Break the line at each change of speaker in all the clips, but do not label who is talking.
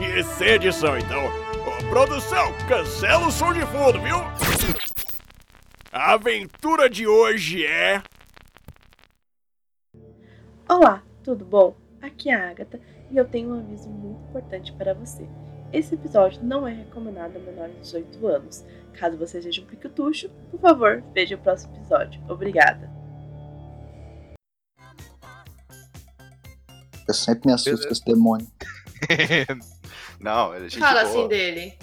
e sem edição, então. Ô, produção, cancela o som de fundo, viu? A aventura de hoje é...
Olá, tudo bom? Aqui é a Agatha e eu tenho um aviso muito importante para você. Esse episódio não é recomendado a menores de 18 anos. Caso você seja um piquetucho, por favor, veja o próximo episódio. Obrigada.
Eu sempre me assusto com esse demônio.
Não, a gente
Fala
boa.
assim dele.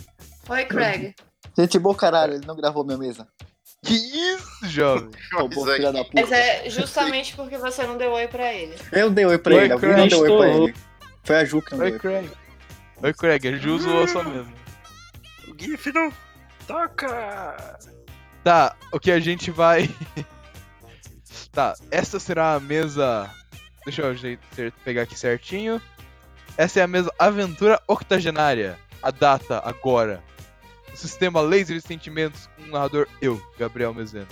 Oi, Craig.
Gente boa,
É.
caralho, ele não gravou minha mesa.
Que isso, jovem?
Ô, bom
Mas
filho da
aqui-
puta.
Mas é justamente porque você não deu oi pra ele.
Eu dei oi pra
Oi,
ele, alguém
Craig,
não deu oi
estou
pra ele. Foi a Ju que não deu
Oi,
oi pra
Craig.
ele.
Oi, Craig, a Ju zoou só mesmo.
GIF não toca!
Tá, o que a gente vai. tá, esta será a mesa. Deixa eu ajeitar- pegar aqui certinho. Essa é a mesa Aventura Octogenária. A data, agora. O sistema Laser de Sentimentos com o narrador eu, Gabriel Mezeno.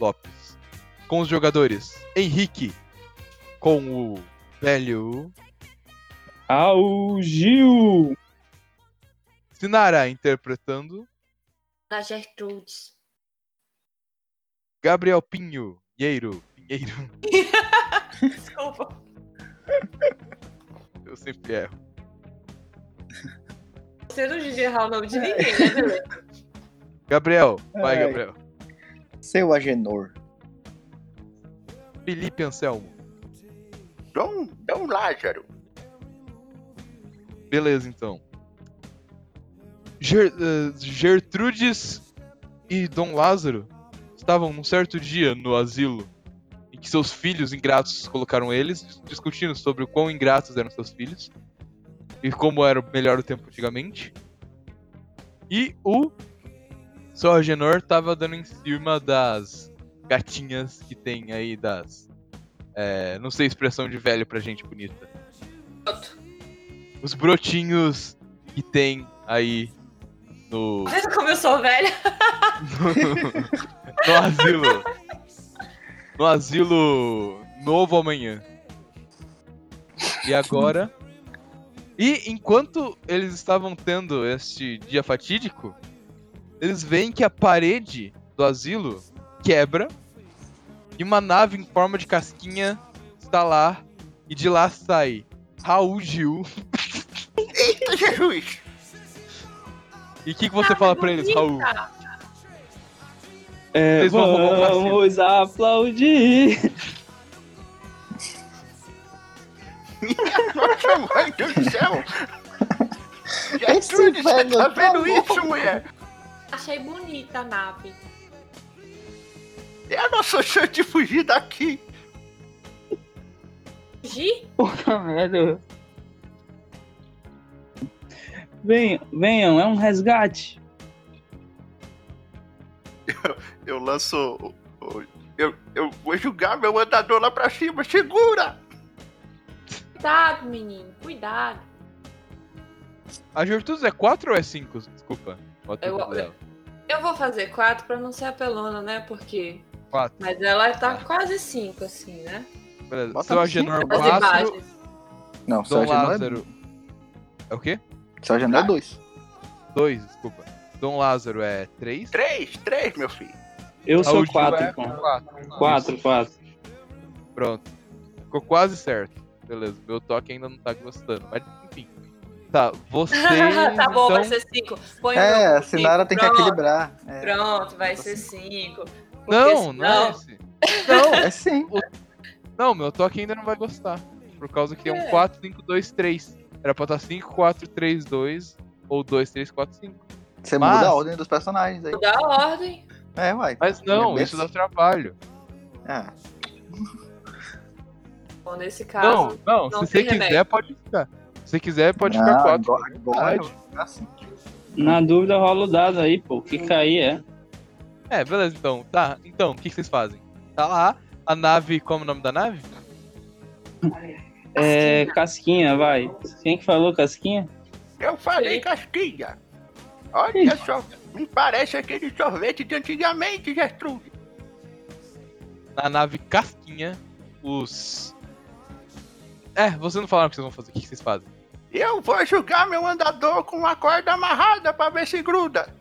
Lopes. Com os jogadores Henrique. Com o velho.
Ao Gil!
Sinara interpretando.
Da Gertrudes.
Gabriel Pinho. Pinheiro. Pinheiro.
Desculpa.
Eu sempre erro.
Você não devia errar o nome de ninguém, né, Beleza?
Gabriel. Vai,
Ai.
Gabriel.
Seu Agenor.
Felipe Anselmo.
Dom, Dom Lázaro.
Beleza, então. Ger- eh, Gertrudes e Dom Lázaro estavam num certo dia no asilo em que seus filhos ingratos colocaram eles, dis- discutindo sobre o quão ingratos eram seus filhos e como era melhor o tempo antigamente. E o Sr. Agenor tava dando em cima das gatinhas que tem aí das. eh, não sei a expressão de velho pra gente bonita os brotinhos que tem aí no,
Você começou velha.
no asilo. No asilo novo amanhã. E agora. E enquanto eles estavam tendo este dia fatídico, eles veem que a parede do asilo quebra e uma nave em forma de casquinha está lá e de lá sai Raul Gil.
Eita, Jesus!
E o que, que você fala pra eles, Raul?
É,
Vocês vão roubar o vacilo.
vamos aplaudir!
Nossa, mãe do céu!
Esse
Gertrude, você
velho
tá
tá
vendo
louco.
isso, mulher?
Achei bonita a nave.
É a nossa chance de fugir daqui.
Gi?
Puta merda! Venham, venham, é um resgate!
Eu lanço... o- o- Eu, eu vou jogar meu andador lá pra cima, segura!
Cuidado, menino. Cuidado.
A Gertrudes é 4 ou é 5? Desculpa. o atributo
Eu-
dela.
Eu vou fazer quatro pra não ser apelona, né? Porque.
Quatro.
Mas ela tá quase cinco, assim, né?
Beleza.
Bota
Seu
no
Agenor
cinco, é
As
4,
imagens.
Não, seu
Dom
é
Agenor.
Lázaro. É o quê?
é- Seu Agenor é dois.
2, desculpa. Dom Lázaro é 3.
Três, três, meu filho.
Eu sou
é
quatro,
né?
então. Quatro, quatro.
Pronto. Ficou quase certo. Beleza, meu toque ainda não tá gostando. Mas enfim. Tá, você.
tá bom,
então,
vai ser cinco. Põe o
É,
número
a Sinara
cinco.
tem que
Pronto,
equilibrar. É,
Pronto, vai ser cinco. Porque
Não, não é
senão-
esse. Não,
é sim.
não, meu toque ainda não vai gostar. Por causa que é um
É.
4, 5, 2, 3. Era pra tá estar 5, 4, 3, 2 ou 2, 3, 4, 5.
Você
Mas-
muda a ordem dos personagens aí.
Mudar a ordem.
É, uai.
Mas não,
Beleza.
isso dá trabalho.
Ah,
Bom, nesse
Não,
caso.
não,
Tá. não
se você
tem
quiser,
remédio.
pode ficar. Se você quiser, pode
não,
ficar 4.
Ah, Agora, agora eu vou ficar assim.
Na dúvida, rola o dado aí, pô. O que cair é?
É, beleza, então. Tá, então, o que, que vocês fazem? Tá lá, a nave, como é o nome da nave?
É. Casquinha, vai. Quem que falou casquinha?
Eu falei
Sim.
casquinha. Olha só, me parece aquele sorvete de antigamente, Gertrude.
Na nave Casquinha, os. É, vocês não falaram o que vocês vão fazer, o que, que vocês fazem?
Eu vou jogar meu andador com uma corda amarrada pra ver se gruda.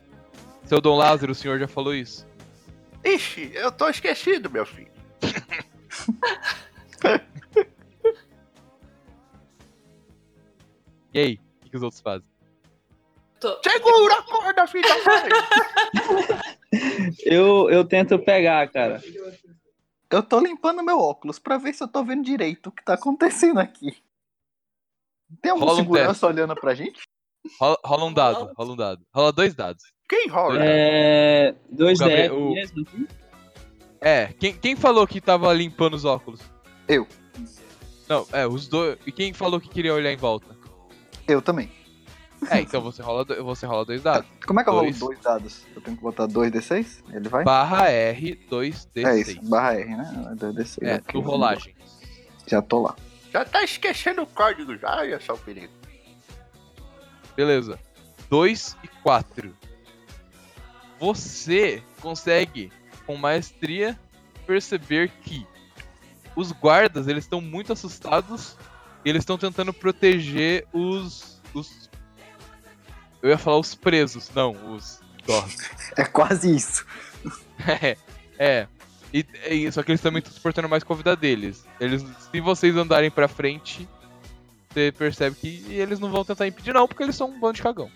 Seu Dom Lázaro, o senhor já falou isso.
Ixi, eu tô esquecido, meu filho.
E aí, o que, que os outros fazem?
Tô...
Segura a corda, filho da mãe.
Eu, eu tento pegar, cara.
Eu tô limpando meu óculos pra ver se eu tô vendo direito o que tá acontecendo aqui. Tem algum
Rola um
segurança olhando pra gente?
Rola, rola um dado, rola um dado. Rola dois dados.
Quem rola?
É. 2
Gabriel,
DF
o-
mesmo?
É, quem, quem falou que tava limpando os óculos?
Eu.
Não, é, os dois. E quem falou que queria olhar em volta?
Eu também.
É, então você rola, do- você rola dois dados.
Como é que eu rolo
Dois.
dois dados? Eu tenho que botar 2d6? Ele vai?
Barra R, 2D6.
Tá é isso, barra R, né? 2d6.
É,
Ok.
tu rolagem.
Já tô lá.
Já tá esquecendo o código já, olha só o perigo.
Beleza. 2 e 4. Você consegue, com maestria, perceber que os guardas eles estão muito assustados e eles estão tentando proteger os, os. Eu ia falar os presos, não, os idosos.
É quase isso.
é, é. E, e- só que eles também estão se portando mais com a vida deles. Eles, se vocês andarem pra frente, você percebe que eles não vão tentar impedir, não, porque eles são um bando de cagão.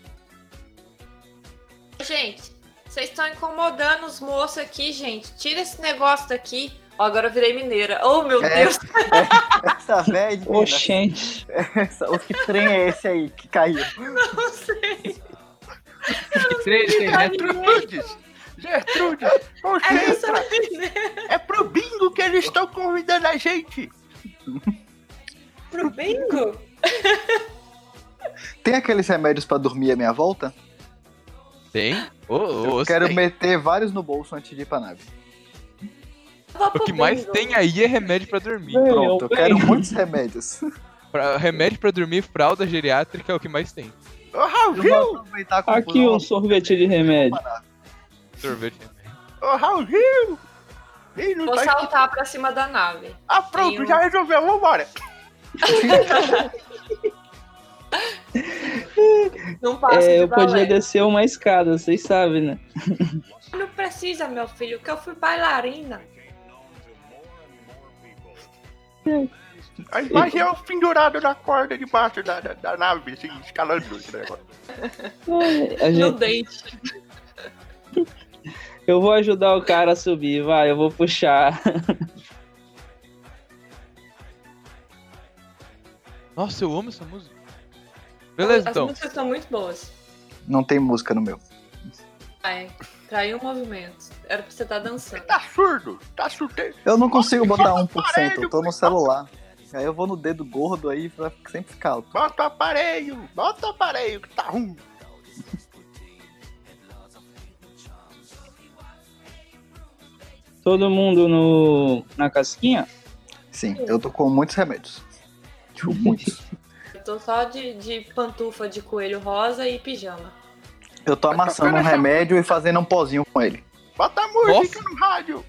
Gente, vocês estão incomodando os moços aqui, gente. Tira esse negócio daqui. Ó, agora eu virei mineira. Oh, meu
É.
Deus.
Essa velha de
Oxente.
Essa- O que trem é esse aí que caiu?
Não sei.
Três, tem reto.
Gertrudes! Gertrudes!
É isso
Concentra!
aí.
É pro bingo que eles estão convidando a gente!
Pro bingo?
Tem aqueles remédios pra dormir à minha volta?
Tem? Ô, ô,
eu
ô,
quero
tem.
meter vários no bolso antes de ir pra nave.
Eu vou
O
pro
que mais
bingo.
tem aí é remédio pra dormir.
Meu
Pronto, eu
um
bem.
quero muitos remédios.
Pra- remédio pra dormir, fralda geriátrica é o que mais tem.
Ô, Raul!
aproveitar a
Aqui um sorvete de remédio.
Sorvete.
Ô, Raul! Ei, não
Vou
tá...
saltar pra cima da nave.
Ah, pronto,
Eu-
já resolveu, vambora!
Não passa
É,
de
eu podia
balé.
descer uma escada, vocês sabem, né?
Não precisa, meu filho, que eu fui bailarina.
A imagem é o pendurado na corda debaixo da, da, da nave, assim, escalando esse negócio.
A
No
gente-
dente.
eu vou ajudar o cara a subir, vai, eu vou puxar.
Nossa, eu amo essa música. Beleza,
As
então.
músicas estão muito boas.
Não tem música no meu.
Ai, traiu o movimento. Era pra você estar dançando.
Tá surdo, tá surdo.
Eu não consigo botar 1%, eu tô no celular. Aí eu vou no dedo gordo aí pra sempre ficar alto.
Bota o aparelho, bota o aparelho, que tá ruim.
Todo mundo no na casquinha?
Sim, eu tô com muitos remédios. Tipo, muitos.
Eu tô só de, de pantufa de coelho rosa e pijama.
Eu tô amassando um remédio e fazendo um pozinho com ele.
Bota a música no rádio.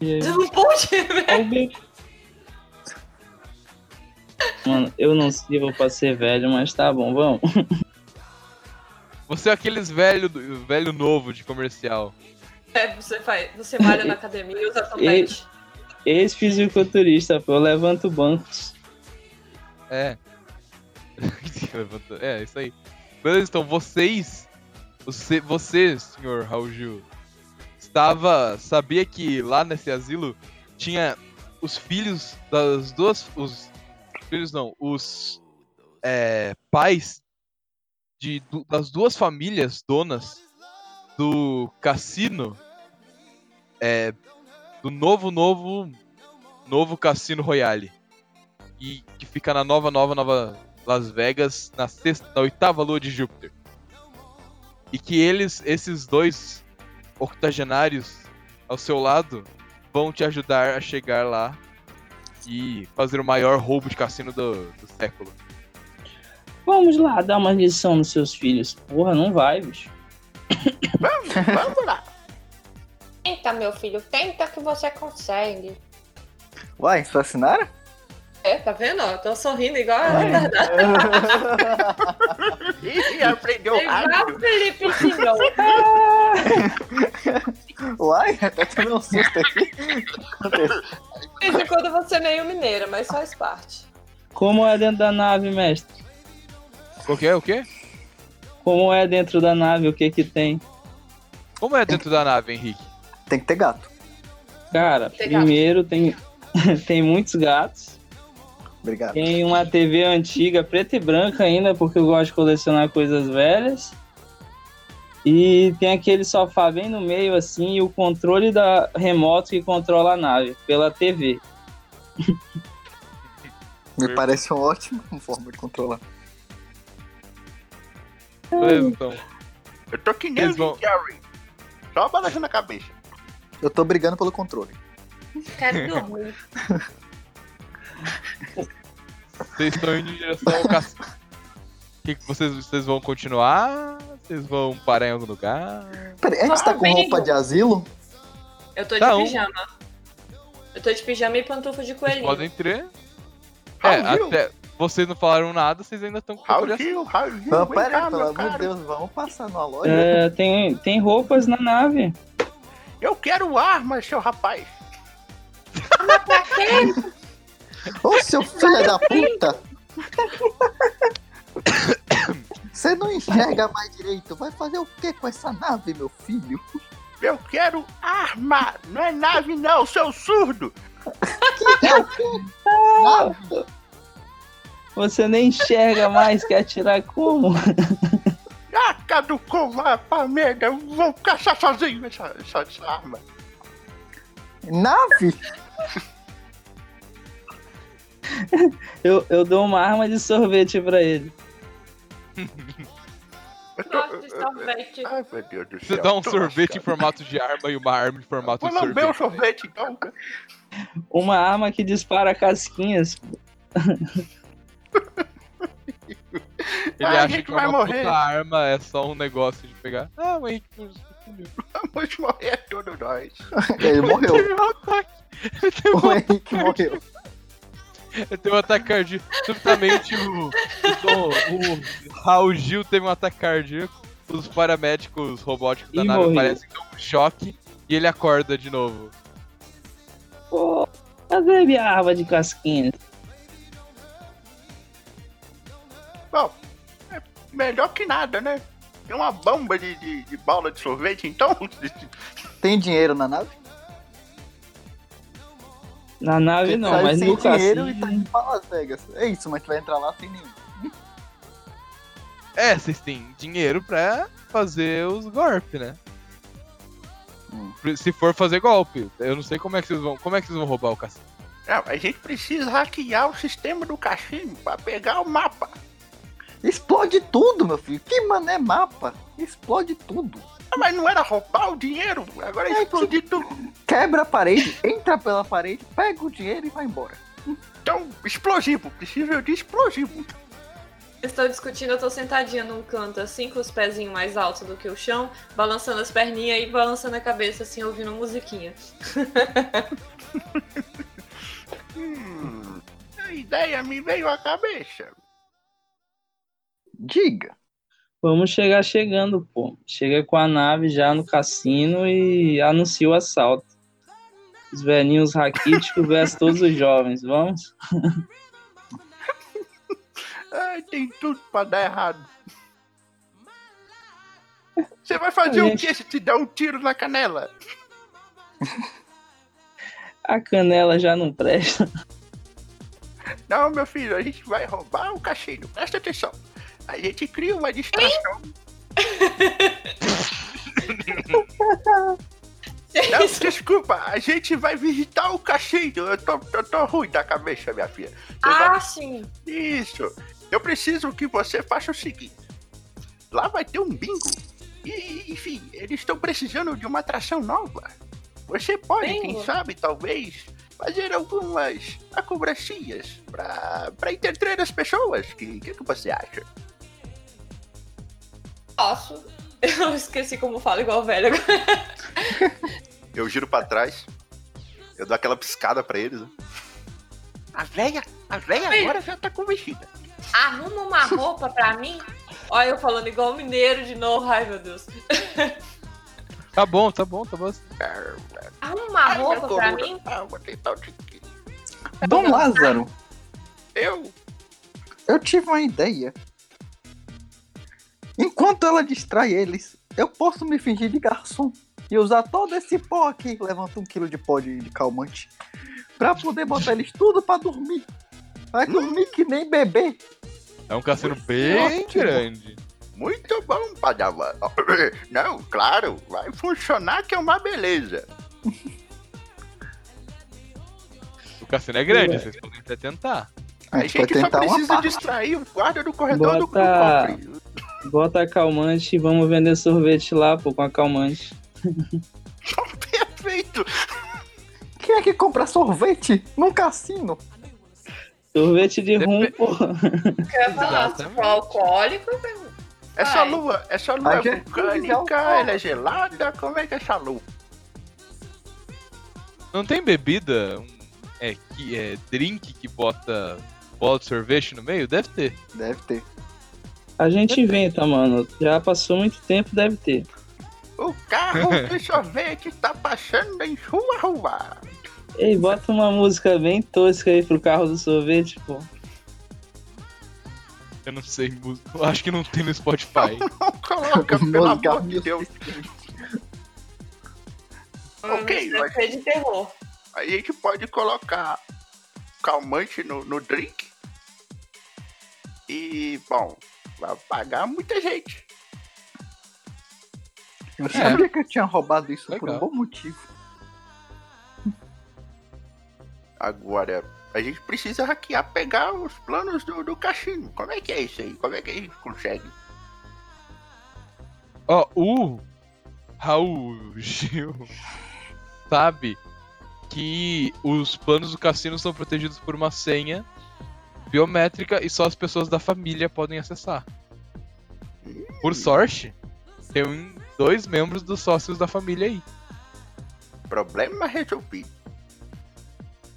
Não pode, velho.
Mano, eu não sirvo pra ser velho, mas tá bom, vamos.
Você é aqueles velho, do- velho novo de comercial.
É, você, faz, você malha na academia e usa topete.
Ex-fisiculturista, pô, eu levanto bancos.
É. Levantou- é, isso aí. Beleza, então vocês. Você, você senhor Raul Gil, estava. Sabia que lá nesse asilo tinha os filhos das duas. Os. Filhos não, os. É, pais de, du- das duas famílias donas do cassino. É, do novo, novo. Novo Cassino Royale. E que fica na nova, nova, nova Las Vegas na sexta, na oitava lua de Júpiter. E que eles, esses dois octogenários ao seu lado, vão te ajudar a chegar lá e fazer o maior roubo de cassino do, do século.
Vamos lá dar uma lição nos seus filhos. Porra, não vai, bicho.
Vamos, vamos lá.
Tenta, meu filho, tenta que você consegue.
Uai, sua assinaram?
É, tá vendo? ó? Tô sorrindo igual
É.
a
Ai.
retardada.
Ih, aprendeu
É Igual
rápido.
o Felipe Chigão.
Uai, até tomei um susto aqui.
De vez em quando você é meio mineira, mas faz parte.
Como é dentro da nave, mestre?
O que é? O quê?
Como é dentro da nave? O que que tem?
Como é dentro da nave, Henrique?
Tem que ter gato.
Cara,
Tem gato.
primeiro tem, tem muitos gatos.
Obrigado.
Tem uma TV antiga, preta e branca ainda, porque eu gosto de colecionar coisas velhas. E tem aquele sofá bem no meio, assim, e o controle da remoto que controla a nave, pela TV.
Me parece uma ótima forma de controlar.
Beleza, então.
Eu tô que nem
Eles
o
vão-
Jim Carrey. Só balançando a cabeça.
Eu tô brigando pelo controle.
Quero dormir.
Vocês estão indo em direção ao cassino. O que, que vocês, vocês vão continuar? Vocês vão parar em algum lugar?
Peraí, a gente tá com roupa de asilo?
Eu tô de
Tá, um.
pijama. Eu tô de pijama e pantufa de
Vocês
coelhinho.
podem ter. É,
Raul Gil,
até. Vocês não falaram nada, vocês ainda estão com
Raul
coração.
Gil, Raul Gil,
Não,
vem
peraí,
cá,
pelo
meu
amor de
caro.
Deus, vamos passar numa loja.
É, tem, tem roupas na nave.
Eu quero arma, seu rapaz.
Ô, seu filho da puta! Você não enxerga mais direito. Vai fazer o que com essa nave, meu filho?
Eu quero arma. Não é nave, não, seu surdo.
Nave?
Você nem enxerga mais, quer atirar como?
Ah, caducou lá pra merda. Eu vou caçar sozinho essa, essa, essa arma.
Nave?
Eu, eu dou uma arma de sorvete pra ele.
Gosto de sorvete.
Ai, meu Deus do céu.
Você dá um
tô
sorvete em
lascado.
formato de arma e uma arma em formato
Vou
de
lamber o
sorvete.
sorvete, então.
Uma arma que dispara casquinhas.
Ele
Ah, a
acha
gente
que
vai
uma
morrer.
puta arma é só um negócio de pegar. Ah, mas Henrique
Vamos morrer todos nós.
Ele morreu.
teve um ataque. Ele teve
O
um-
Henrique morreu.
Ele teve um ataque cardíaco. Subitamente o, o, o Raul Gil teve um ataque cardíaco. Os paramédicos robóticos da
E
nave
morreu.
parecem dar um choque e ele acorda de novo.
Pô, cadê minha arma de casquinhas?
Bom, é melhor que nada, né? Tem uma bomba de, de, de bala de sorvete, então.
Tem dinheiro na nave?
Na nave não,
Saiu
mas assim.
sem
no
dinheiro
casquinho.
e tá indo pra Las Vegas. É isso, mas tu vai entrar lá sem nenhum.
É, vocês têm dinheiro pra fazer os golpes, né?
Hum.
Se for fazer golpe, eu não sei como é que vocês vão. Como é que vocês vão roubar o cacete?
Não, a gente precisa hackear o sistema do cassino pra pegar o mapa.
Explode tudo, meu filho. Que mané mapa? Explode tudo.
Ah, mas não era roubar o dinheiro? Agora é
É,
explodir tudo.
Quebra a parede, entra pela parede, pega o dinheiro e vai embora.
Então, explosivo. Precisa de explosivo.
Eu Estou discutindo, eu tô sentadinha num canto assim, com os pezinhos mais altos do que o chão, balançando as perninhas e balançando a cabeça assim, ouvindo musiquinha.
Hum, a ideia me veio à cabeça.
Diga.
Vamos chegar chegando, pô. Chega com a nave já no cassino e anuncia o assalto. Os velhinhos raquíticos versus todos os jovens, vamos?
Ai, tem tudo pra dar errado. Você vai fazer o que se te der um tiro na canela?
A canela já não presta.
Não, meu filho, a gente vai roubar o cachimbo. Presta atenção. A gente cria uma distração. Não, desculpa, a gente vai visitar o cachimbo. Eu tô, eu tô ruim da cabeça, minha filha. Você vai-
Ah, sim.
Isso. Eu preciso que você faça o seguinte. Lá vai ter um bingo. E, E, enfim, eles estão precisando de uma atração nova. Você pode, quem
Bingo.
sabe, talvez, fazer algumas acrobacias pra, pra entreter as pessoas. O que, que, que você acha?
Posso. Eu esqueci como fala igual velho agora.
Eu giro pra trás. Eu dou aquela piscada pra eles. né? A velha, a velha
Ei.
agora já tá convencida.
Arruma uma roupa pra mim. Olha, eu falando igual um mineiro de novo. Ai, meu Deus.
Tá bom, tá bom, tá bom.
Arruma uma
Ai,
roupa
minha
pra
coluna.
mim.
Ah, vou tentar o tiquinho.
Dom Lázaro,
Eu?
eu tive uma ideia. Enquanto ela distrai eles, eu posso me fingir de garçom e usar todo esse pó aqui, levanta um quilo de pó de, de calmante, pra poder botar eles tudo pra dormir. Vai
Hum?
dormir que nem bebê.
É um cassino bem
Ótimo.
grande.
Muito bom, Padawan. Não, claro, vai funcionar que é uma beleza.
O cassino é grande, vocês podem até tentar.
A
é
gente só precisa
parte.
distrair o guarda do corredor do-
Bota-
do cofre.
Bota a calmante e vamos vender sorvete lá, pô, com a calmante.
Perfeito!
Quem é que compra sorvete num cassino?
Sorvete de rum,
Depende-
pô.
Quer falar se
Exatamente.
for alcoólico?
Essa
Vai.
lua, essa lua
A
é
gente precisa
vulcânica,
usar o
ela é gelada, como é que é essa lua?
Não tem bebida, um, é, que, é drink que bota bola de sorvete no meio? Deve ter.
Deve ter.
A gente inventa, mano. Já passou muito tempo, deve ter.
O carro de sorvete tá passando em sua rua.
Ei, bota uma música bem tosca aí pro carro do sorvete, pô.
Eu não sei, mu- eu acho que não tem no Spotify.
Não coloca, pelo
Música
amor de Deus. Ok,
Vai
mas
ser de terror.
a gente pode colocar calmante no, no drink. E, bom, vai pagar muita gente.
Eu
É.
sabia que eu tinha roubado isso por um
Legal.
bom motivo.
Agora, a gente precisa hackear, pegar os planos do, do cachimbo. Como é que é isso aí? Como é que a gente consegue?
Ó, o Raul Gil sabe que os planos do cassino são protegidos por uma senha biométrica e só as pessoas da família podem acessar. Por sorte, tem um- dois membros dos sócios da família aí.
Problema resolvido.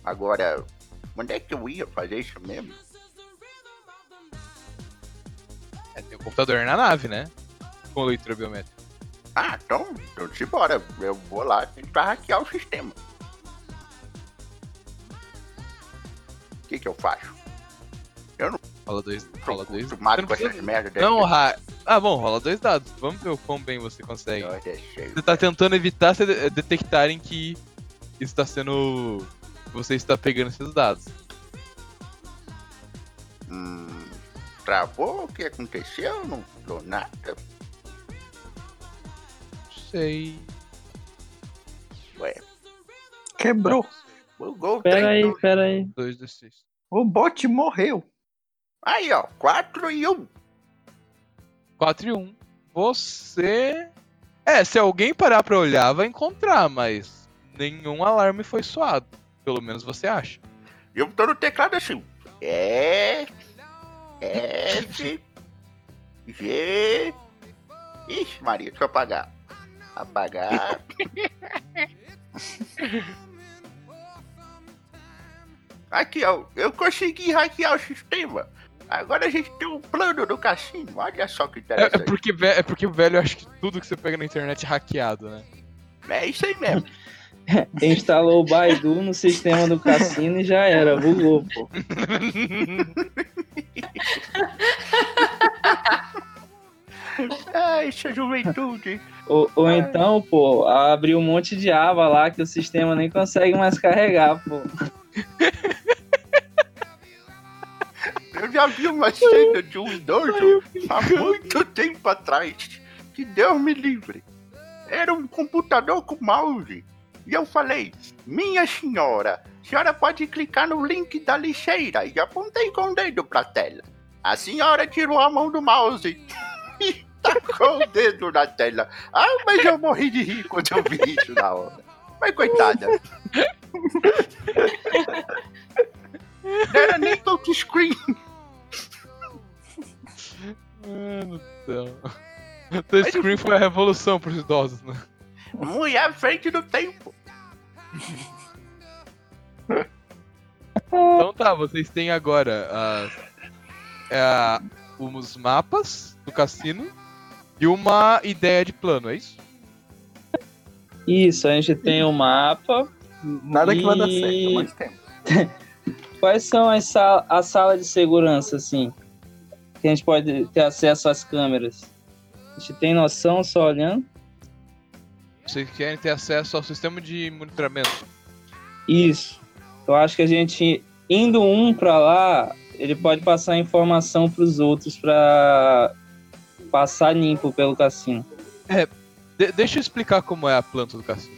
Agora, onde é que eu ia fazer isso mesmo?
É, tem o computador na nave, né? Com leitura biométrica.
Ah, então, então simbora. Eu vou lá tentar hackear o sistema. O que que eu faço?
Rola dois, rola dois.
Tu
Você
mata
não
com essas
precisa-
merdas
Não, Ra. Ah, bom, rola dois dados. Vamos ver o quão bem você consegue. Você tá tentando evitar se de- detectarem que está sendo. Você está pegando esses dados.
Hum, travou? O que aconteceu? Não tô nada.
Sei.
Ué,
Quebrou.
bugou o tá
Pera
trem
aí,
todo.
pera aí.
2 d 6.
O bot morreu.
Aí, ó, um. 4 e 1.
4 e 1. Você. É, se alguém parar pra olhar, vai encontrar, mas nenhum alarme foi soado. Pelo menos você acha.
Eu tô no teclado assim. É. F. G. Ixi, Maria, deixa eu apagar. Apagar. Aqui, ó. Eu consegui hackear o sistema. Agora a gente tem um plano do cassino. Olha só que
É, é
interessante.
porque, ve- é porque o velho acha que tudo que você pega na internet é hackeado, né?
É isso aí mesmo.
Instalou o Baidu no sistema do cassino e já era, bugou, pô.
Ai, essa É juventude.
Ou, ou então, pô, abrir um monte de aba lá que o sistema nem consegue mais carregar, pô.
Eu já vi uma cena de um dojo há muito tempo atrás. Que Deus me livre. Era um computador com mouse. E eu falei, minha senhora, a senhora pode clicar no link da lixeira. E apontei com o dedo pra tela. A senhora tirou a mão do mouse e tacou o dedo na tela. Ah, mas eu morri de rir quando eu vi isso na hora. Mas coitada. Não era nem touchscreen.
Mano do céu. Touchscreen foi a revolução pros idosos, né?
Muito à frente do tempo.
Então tá, vocês têm agora as- a- os mapas do cassino e uma ideia de plano, é isso?
Isso, a gente tem o mapa.
Nada que vai dar
E-
certo, mas temos.
Quais são as sa a sala de segurança, assim? Que a gente pode ter acesso às câmeras? A gente tem noção só olhando?
Vocês querem ter acesso ao sistema de monitoramento.
Isso. Eu acho que a gente, indo um pra lá, ele pode passar informação pros outros pra passar limpo pelo cassino.
De- deixa eu explicar como é a planta do cassino.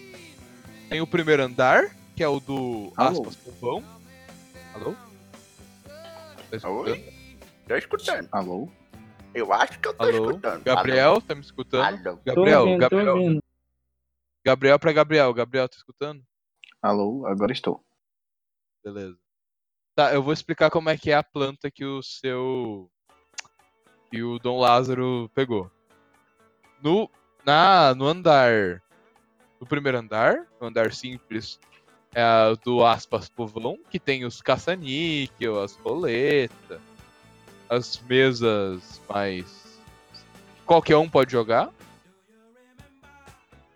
Tem o primeiro andar, que é o do
Alô?
aspas povão. Alô? Tá escutando?
Oi? Tô escutando.
Alô?
Eu acho que eu tô
Alô?
escutando.
Gabriel, tá me escutando?
Alô? Alô?
Gabriel,
tô ouvindo,
Gabriel.
tô ouvindo.
Gabriel pra Gabriel. Gabriel, tá escutando?
Alô? Agora estou.
Beleza. Tá, eu vou explicar como é que é a planta que o seu. que o Dom Lázaro pegou. No, na, no andar. No primeiro andar, no andar simples, é a do aspas povão, que tem os caça-níquel, as roletas, as mesas mais. qualquer um pode jogar.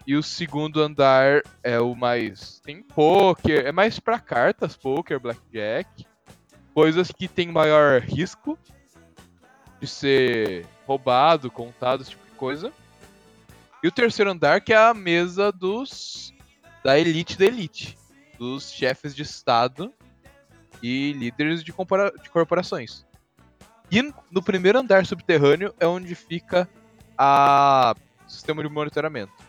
E o segundo andar é o mais. Tem poker, é mais pra cartas, poker, blackjack. Coisas que tem maior risco de ser roubado, contado, esse tipo de coisa. E o terceiro andar, que é a mesa dos. da elite da elite. Dos chefes de Estado e líderes de, compora- de corporações. E no primeiro andar subterrâneo é onde fica a o sistema de monitoramento.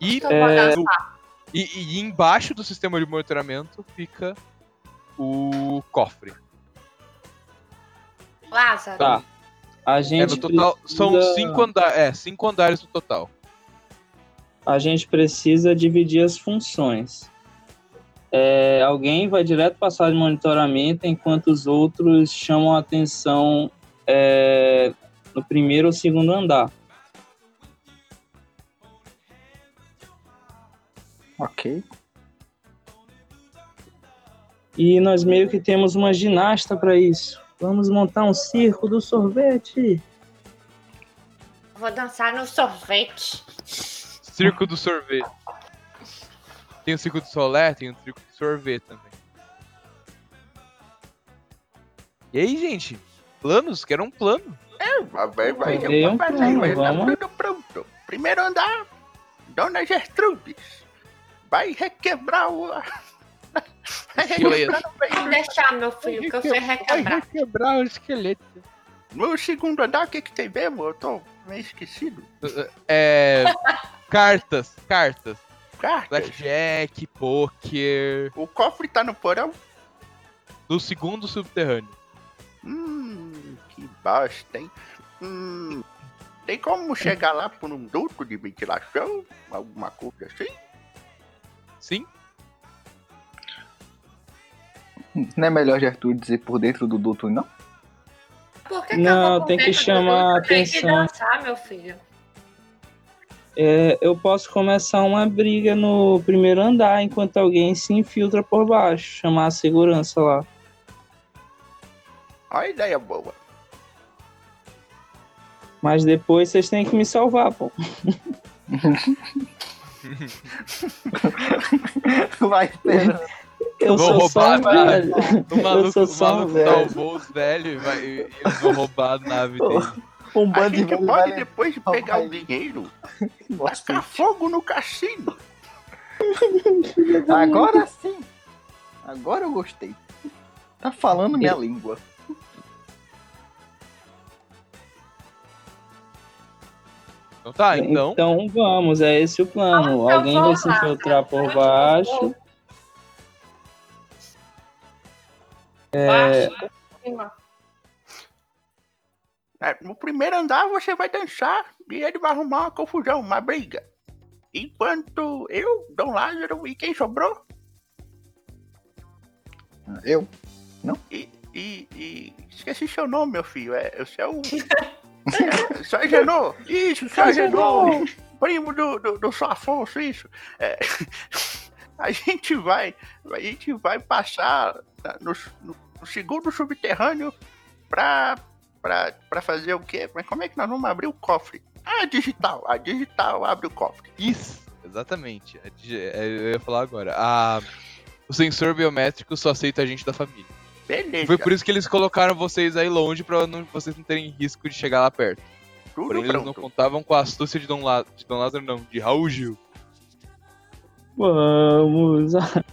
E
Então,
é,
bora-
É, e, e embaixo do sistema de monitoramento fica o cofre.
Lázaro,
Tá. A
É,
gente
no total, são
precisa-
cinco, anda é, cinco andares no total.
a gente precisa dividir as funções. É, alguém vai direto para a sala de monitoramento, enquanto os outros chamam a atenção é, no primeiro ou segundo andar.
Ok.
E nós meio que temos uma ginasta para isso. Vamos montar um circo do sorvete.
vou dançar no sorvete.
Circo do sorvete. Tem o circo do solé, tem o circo do sorvete também. E aí, gente? Planos? Quero um plano.
Vai, vai, vai.
Dei
Eu
um
vou fazer,
plano,
mas tá
vamos.
tudo pronto. Primeiro andar, Dona Gertrudes. Vai requebrar o... Vai requebrar o
Pode
peito.
deixar, meu filho, que eu sei requebrar.
quebrar o esqueleto.
No segundo andar, o que que tem mesmo? Eu tô meio esquecido.
É. cartas, cartas.
Cartas.
Blackjack, poker.
O cofre tá no porão?
No segundo subterrâneo.
Hum, que bosta, hein? Hum, tem como chegar lá por um duto de ventilação? Alguma coisa assim?
Sim?
Não é melhor Gertrude dizer por dentro do duto, não?
Por que
Não,
acabou com
tem que
dentro do
chamar
grupo? Tem que
atenção.
dançar, meu filho.
É, eu posso começar uma briga no primeiro andar enquanto alguém se infiltra por baixo, chamar a segurança lá.
Olha a ideia boa.
Mas depois vocês têm que me salvar, pô.
Vai, Pedro.
Eu
Vou
sou só
roubar,
um
vai.
velho.
O maluco,
sou
o
só um
maluco dá o
velho.
bolso velho e vai e eu vou roubar a nave dele.
Um
A
bando de
gente
velho
pode
vai
depois
Não,
pegar
vai.
o dinheiro,
Nossa,
tacar fogo no cassino. Ah,
Agora sim. Agora eu gostei. Tá falando minha língua.
Então tá, então.
Então vamos, é esse o plano.
Ah, eu
Alguém
vou
vai se
lá, cara.
infiltrar por baixo.
É...
É, No primeiro andar você vai dançar e ele vai arrumar uma confusão, uma briga. Enquanto eu, Dom Lázaro e quem sobrou,
Eu?
e, e, e- esqueci seu nome, meu filho. É, você é o. É, Só Genô! Isso, só Genô! Primo do, do, do seu Afonso, isso. É, a gente vai. A gente vai passar na- no, no- no segundo subterrâneo pra, pra, pra fazer o quê? Mas como é que nós vamos abrir o cofre? Ah, digital! A digital abre o cofre.
então, Isso, exatamente. É de- é, Eu ia falar agora. A- o sensor biométrico só aceita a gente da família.
Beleza.
Foi por isso que eles colocaram vocês aí longe pra não- vocês não terem risco de chegar lá perto.
tudo
Porém, eles não
um pronto.
contavam com a astúcia de Dom, La- de Dom Lázaro, não, de Raul Gil.
Vamos. Ah,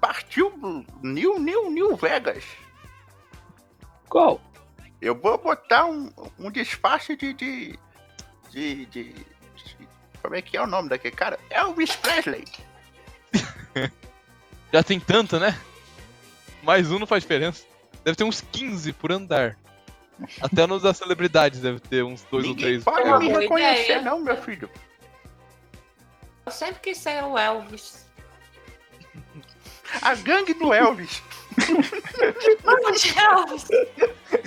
Partiu do New, New, New Vegas.
Qual?
Eu vou botar um, um disfarce de de, de, de- de- Como é que é o nome daquele cara? Elvis Presley.
Já tem tanto, né? Mais um não faz diferença. Deve ter uns 15 por andar. Até nos das celebridades deve ter uns dois ou
Ninguém
três.
pode
É uma
me
boa
reconhecer,
ideia.
não, meu filho.
Eu sempre quis ser o Elvis.
A gangue do Elvis.
Vamos de Elvis!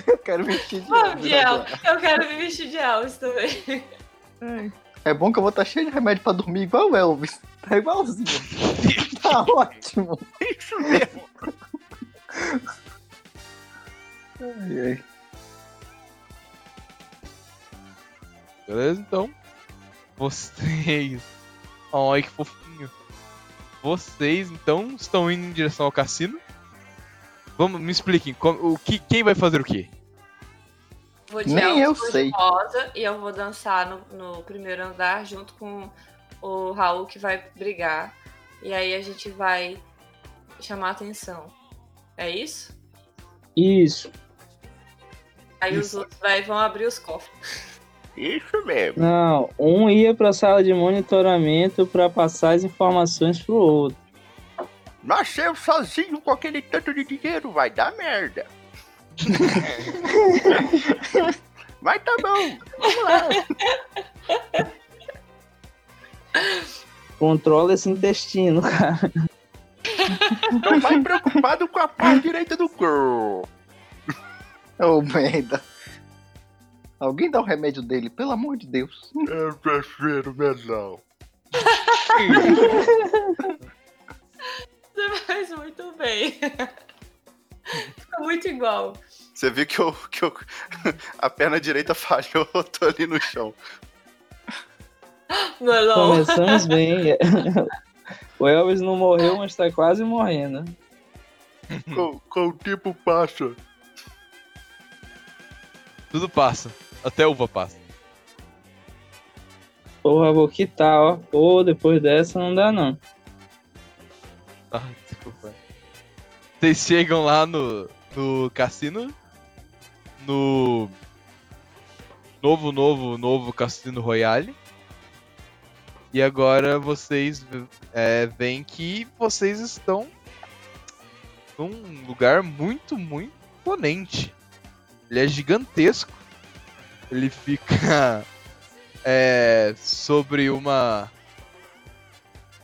Eu quero vestir de
Vamos de
Elvis agora.
Elvis! Eu quero me vestir de Elvis também.
É bom que eu vou estar cheio de remédio pra dormir igual o Elvis. Tá igualzinho. tá ótimo.
Isso mesmo.
Ai, ai.
Beleza, então. Vocês. Ai, que fofinho. Vocês, então, estão indo em direção ao cassino. Vamos, me expliquem, como- o que, quem vai fazer o quê?
Vou de
Nem
Elvis,
eu
vou de
sei.
rosa e eu vou dançar no, no primeiro andar junto com o Raul que vai brigar. E aí a gente vai chamar atenção. É isso?
Isso.
Aí os
Isso.
outros vai, vão abrir os cofres.
Isso mesmo.
Não, um ia pra sala de monitoramento pra passar as informações pro outro.
Nasceu sozinho com aquele tanto de dinheiro, vai dar merda. Mas tá bom.
Controla esse intestino, cara.
Não vai preocupado com a parte direita do corpo.
Ô, merda. Alguém dá o remédio dele, pelo amor de Deus.
Eu prefiro melão.
Você faz muito bem. Fica muito igual.
Você viu que, eu, que eu, a perna direita falhou, eu tô ali no chão.
Não é não?
Começamos bem. O Elvis não morreu, mas tá quase morrendo.
Com, com o tipo passa.
Tudo passa. Até uva passa.
Porra, vou quitar, ó. Pô, depois dessa não dá, não.
Ah, desculpa. Vocês chegam lá no, no cassino. No. Novo, novo, novo Cassino Royale. E agora vocês v- é, veem que vocês estão num lugar muito, muito imponente. Ele é gigantesco. Ele fica é, sobre uma.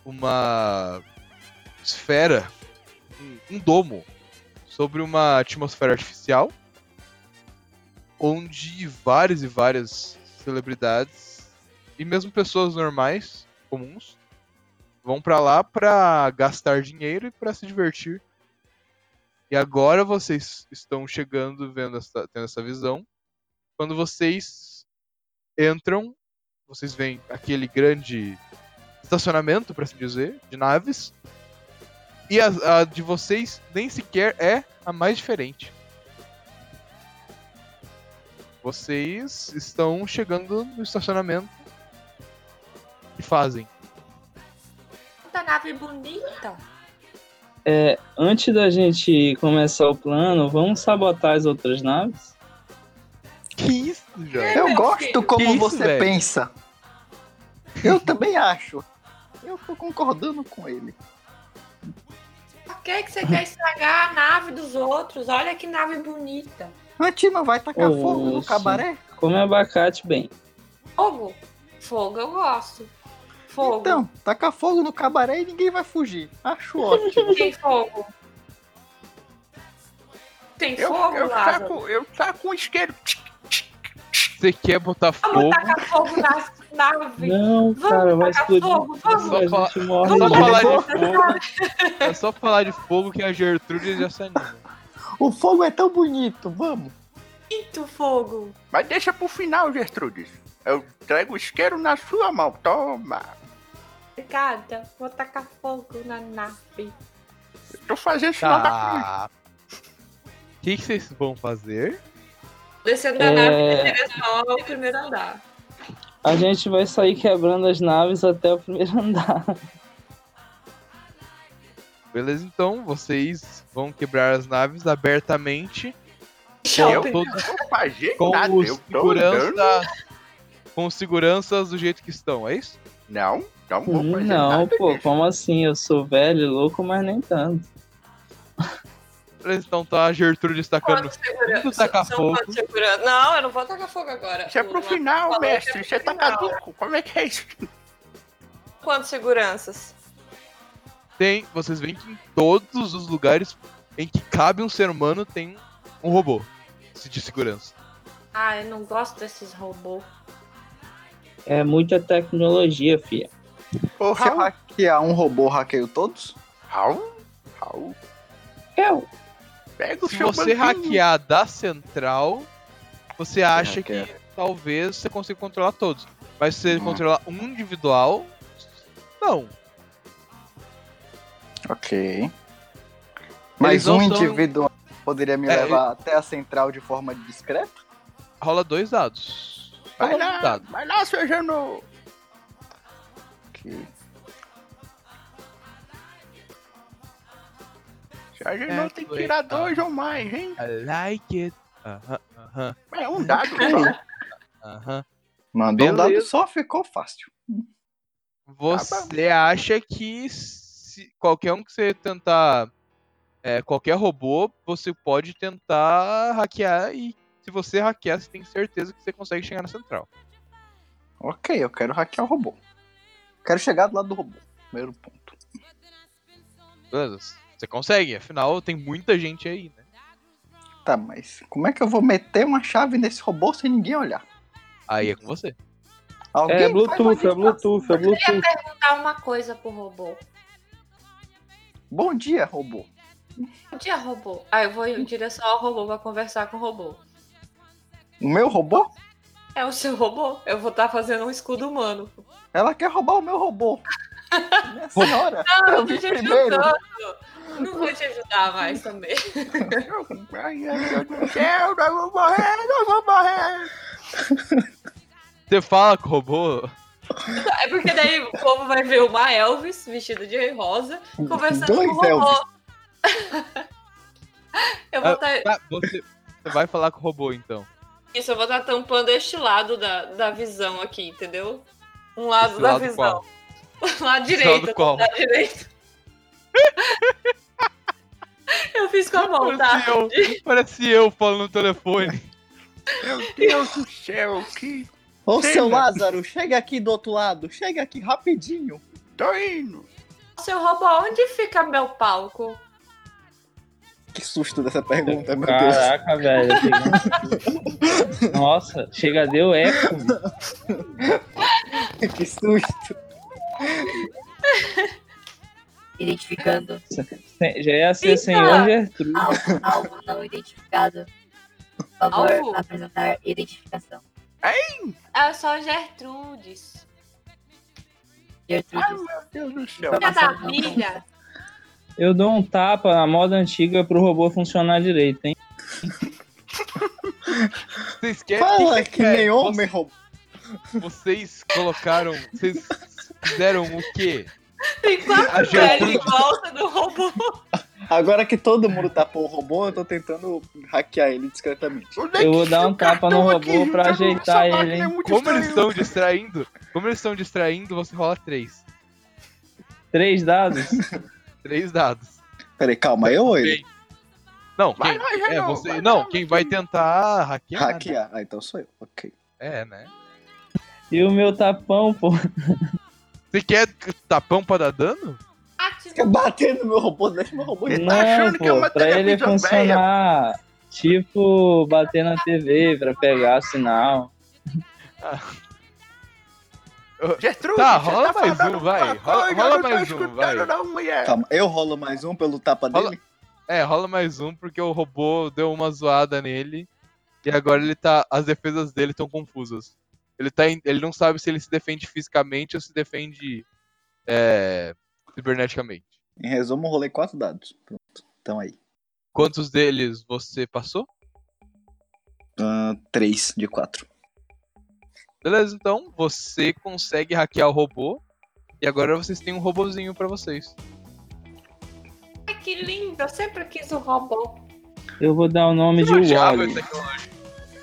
Uma esfera, um, um domo, sobre uma atmosfera artificial, onde várias e várias celebridades e mesmo pessoas normais, comuns, vão pra lá pra gastar dinheiro e pra se divertir. E agora vocês estão chegando, vendo essa, tendo essa visão. Quando vocês entram, vocês veem aquele grande estacionamento, por assim dizer, de naves. E a, a de vocês nem sequer é a mais diferente. Vocês estão chegando no estacionamento e fazem.
Puta nave bonita.
É, Antes da gente começar o plano, vamos sabotar as outras naves?
Que isso, já?
Eu
meu
gosto
filho.
como
Que isso,
você
velho?
pensa. Eu também acho. Eu tô concordando com ele.
Por que, que você quer estragar a nave dos outros? Olha que nave bonita.
A gente não vai tacar
Ô,
fogo no
moço.
cabaré?
Come abacate bem.
Fogo. Fogo eu gosto. Fogo.
Então, tacar fogo no cabaré e ninguém vai fugir. Acho ótimo.
Tem fogo. Tem
Eu,
fogo,
eu,
Lázaro?
saco, eu saco um isqueiro.
Você quer botar fogo?
Vamos tacar fogo na nave.
Não,
Vamos
cara, vai
tacar
explodir.
fogo, vamos.
A gente morre.
Vamos
de
falar
novo.
de fogo. É só falar de fogo que a Gertrude já se anima.
O fogo é tão bonito, vamos.
Muito fogo.
Mas deixa pro final, Gertrudes. Eu trago o isqueiro na sua mão. Toma.
Obrigada. Vou tacar fogo na nave.
Eu tô fazendo sinal da cruz.
Tá. O que, que vocês vão fazer?
Descendo da nave,
É,
pessoal, o primeiro andar.
a gente vai sair quebrando as naves até o primeiro andar.
Beleza, então vocês vão quebrar as naves abertamente.
Shopping.
Eu tô-
Não vou fazer
com
nada.
os
Eu tô andando.
seguranças. Com os seguranças do jeito que estão, é isso?
Não, não vou
Hum,
fazer
Não,
nada
pô,
disso.
como assim? Eu sou velho, e louco, mas nem tanto.
Beleza, então tá a Gertrude estacando.
Quanto segurança?
Muito tacar
São
fogo.
quanto segurança? Não, eu não vou tacar fogo agora.
Isso é pro
O-
final,
falou que
mestre.
é pro
Você tá
final.
caduco. Como é que é isso?
Quantas seguranças?
Tem, vocês veem que em todos os lugares em que cabe um ser humano tem um robô de segurança.
Ah, eu não gosto desses robôs.
É muita tecnologia, É fia.
Ô,
Se eu
Raul.
hackear um robô, hackeio todos?
Raul. Raul.
Eu.
Pega o
Se
seu
você
banquinho.
hackear da central, você acha que
hackear.
talvez você consiga controlar todos. Mas se você
Hum.
controlar um individual, não.
Ok. Mas
não
um
são-
individual poderia me
É,
levar até a central de forma discreta?
Rola dois dados.
Vai
Rola um
lá,
dado.
vai lá, seu Jano.
Ok.
Seu Jano
É,
tem que
foi.
tirar dois ou mais, hein?
I like it. Aham, aham,
É um dado só.
aham.
Mandou um dado
Beleza.
só, ficou fácil.
Você acha que se qualquer um que você tentar. é, qualquer robô, você pode tentar hackear e se você hackear, você tem certeza que você consegue chegar na central.
Ok, eu quero hackear o robô. Quero chegar do lado do robô. Primeiro ponto.
Beleza? Você consegue, afinal tem muita gente aí, né?
Tá, mas como é que eu vou meter uma chave nesse robô sem ninguém olhar?
Aí é com você.
Alguém
É
faz uma
Bluetooth, é
ligação.
Bluetooth, é Bluetooth.
Vou dar uma coisa pro robô.
Bom dia, robô.
Bom dia, robô. Ah, eu vou em direção ao robô pra conversar com o robô.
O meu robô?
É o seu robô? Eu vou estar fazendo um escudo humano.
Ela quer roubar o meu robô. Minha senhora,
Não,
eu
tô
vi
te
primeiro.
ajudando. Não vou te ajudar mais também.
Ai, ai, meu Deus do céu, nós vamos morrer, nós vamos morrer.
Você fala com o robô,
É porque daí o povo vai ver uma Elvis vestida de rosa conversando
Dois
com o robô.
Elvis.
eu vou
Ah,
estar
tá, você, você vai falar com o robô então.
isso, eu vou estar tampando este lado da, da visão aqui, entendeu? Um lado
Esse
da
lado
visão.
qual?
Um lado
Esse
direito.
lado qual?
um lado direito. eu fiz com a mão, tá?
Parece eu, parece eu falando no telefone.
Meu Deus do céu, que
Ô,
Sim,
seu
né?
Lázaro, chega aqui do outro lado. Chega aqui rapidinho.
tô indo.
Seu robô, onde fica meu palco?
Que susto dessa pergunta, meu Deus.
Caraca, velho. Nossa, chega deu eco.
Que susto.
Identificando.
Já ia ser
Eita!
senhor Gertrude.
Alvo, alvo não identificado. Por favor,
Alvo?
apresentar identificação.
É só Gertrudes.
Ai,
Gertrudes.
meu Deus do céu.
Filha da
filha!
Eu dou um tapa à moda antiga pro robô funcionar direito, hein?
Vocês querem.
Fala
vocês
que
querem-
nem homem roubou.
Vocês colocaram. Vocês fizeram o quê?
Tem
A
quatro velhos
Gertrude-
em volta do robô.
Agora que todo mundo tapou o robô, eu tô tentando hackear ele discretamente.
Onde é
Eu
que
vou dar um
fica o
tapa no
cartão aqui?
robô pra
Tá no
ajeitar
sapato,
ele,
é
hein?
muito
Como eles
estranho.
estão distraindo? Como eles estão distraindo, você rola três.
Três dados.
Três dados.
Peraí, calma, eu ou ele?
Quem? Não,
Vai,
quem,
vai, vai,
é,
não,
você,
vai,
não,
vai,
quem
vai.
vai tentar hackear. né?
Hackear. Ah, então sou eu. Ok.
É, né?
E o meu tapão, pô.
Você quer tapão pra dar dano?
Fica
Ativo.
batendo no meu robô, deixa meu robô
Ele
de
tá
Não,
achando que é
pô,
uma
pra ele
televisão
funcionar. Tipo, bater na TV pra pegar sinal.
Gertrude,
Tá,
você
rola mais
falando
um, vai.
alguma
Rola-
coisa,
rola
eu não tô
mais um,
escutando
vai.
Não, mulher.
Tá.
Calma, eu rolo mais um pelo tapa
Rola-
dele?
É, rola mais um, porque o robô deu uma zoada nele. E agora ele tá. As defesas dele estão confusas. Ele, tá em- ele não sabe se ele se defende fisicamente ou se defende é, ciberneticamente.
Em resumo, eu rolei quatro dados. Pronto, então aí.
Quantos deles você passou?
Ah, três de quatro.
Beleza, então você consegue hackear o robô. E agora vocês têm um robozinho pra vocês.
Ai, que lindo! Eu sempre quis um robô.
Eu vou dar o nome de
Eu odiava
Wally.
essa tecnologia.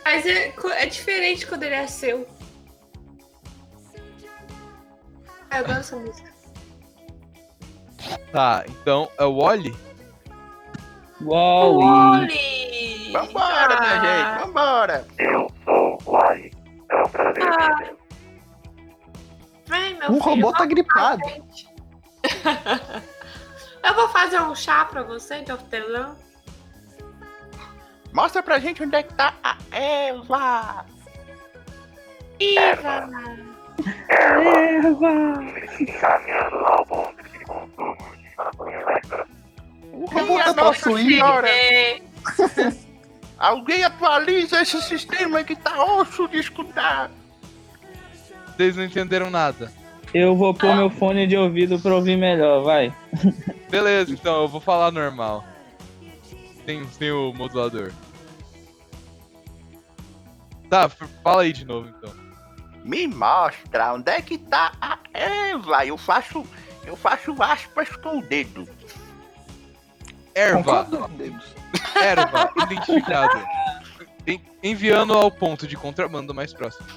Mas é, co- é diferente quando ele é seu. Ah, eu adoro essa música.
Tá, então é o Wally?
Wally.
Oli!
Vambora, minha gente, vambora.
Vem, meu
Um
filho,
robô tá
vamos
gripado.
pra frente. eu vou fazer um chá pra você de hortelã.
Mostra pra gente onde é que tá a Eva. É,
Iva!
O robô
Quem é
tá
Nossa
possuindo.
Senhora?
É,
Alguém atualiza esse sistema que tá osso de escutar.
Vocês não entenderam nada.
Eu vou
Ah.
pôr meu fone de ouvido pra ouvir melhor, vai.
Beleza, então eu vou falar normal. Sem, sem o modulador. Tá, f- fala aí de novo então.
Me mostra onde é que tá a Eva. Eu faço, eu faço aspas com o dedo.
Com
Erva,
quatro dedos.
erva, identificado. En- Enviando ao ponto de contrabando mais próximo.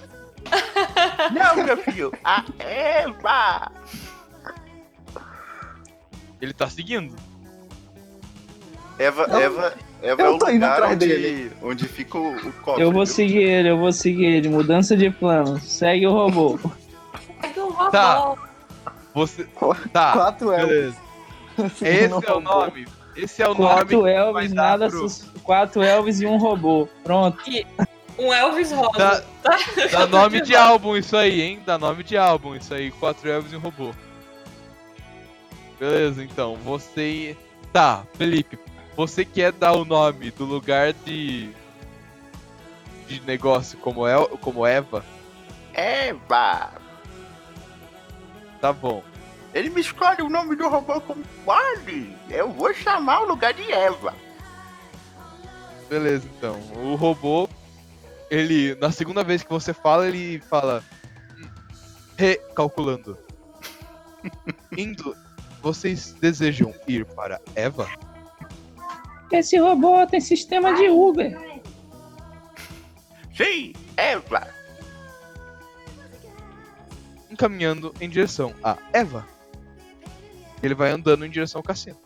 Não, meu filho, a Eva.
Ele tá seguindo.
Eva,
Eu-
Eva, Eva
eu
é o
tô indo
lugar
atrás
onde,
dele.
onde fica o, o cofre.
Eu vou
viu?
seguir ele, eu vou seguir ele. Mudança de plano. Segue o robô.
pega um robô.
Tá. Você. Tá,
Quatro é
beleza. Esse é o nome. Esse é o
Quatro
nome. vai
Elvis,
dar
nada
pro-
sus... Quatro Elvis e um robô. Pronto.
Um Elvis Rosa.
Dá, dá nome de álbum isso aí, hein? Dá nome de álbum isso aí. Quatro Elvis e um robô. Beleza, então. Você. Tá, Felipe. Você quer dar o nome do lugar de. de negócio como, El... como Eva?
Eva.
Tá bom.
Ele me escolhe o nome do robô como Wally. Eu vou chamar o lugar de Eva.
Beleza, então. O robô. Ele. Na segunda vez que você fala, ele fala. Recalculando. Indo. Vocês desejam ir para Eva?
Esse robô tem sistema de Uber.
Sim, Eva.
encaminhando em direção a Eva. Ele vai andando em direção ao cassino.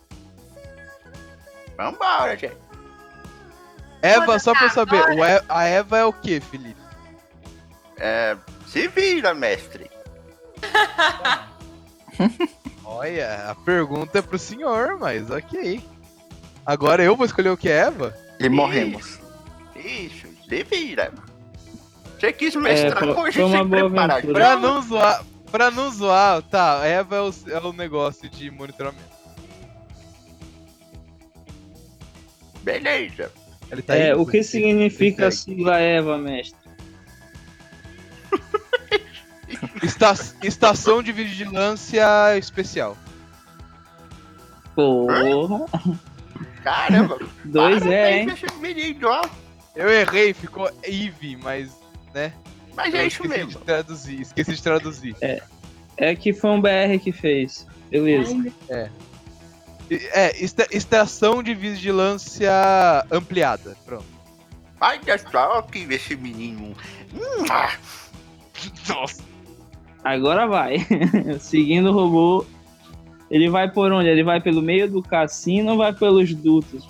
Vambora, gente.
Eva, só pra eu saber, o E- a Eva é o que, Felipe?
É, se vira, mestre.
Olha, a pergunta é pro senhor, mas ok. Agora eu vou escolher o que é Eva?
E morremos.
Isso, se vira. Você quis
É,
mestrar
foi,
hoje
foi uma
sem
boa
preparar.
aventura.
Pra não zoar, pra não zoar, tá, a Eva é o, é o negócio de monitoramento.
Beleza.
Ele tá
É,
indo,
o que
ele-
significa a
ele segue.
sigla Eva, mestre?
Esta- estação de vigilância especial.
Porra.
Caramba.
Dois
para
é,
pra
hein?
esse menino, ó.
Eu errei, ficou Eve, mas
Mas
eu
é isso
esqueci
mesmo.
de traduzir. Esqueci de traduzir.
É que foi um BR que fez. Beleza.
E- É, esta- estação de vigilância ampliada. Pronto.
Olha só que esse menino. Hum, ah,
Nossa.
Agora vai. Seguindo o robô. Ele vai por onde? Ele vai pelo meio do cassino ou vai pelos dutos?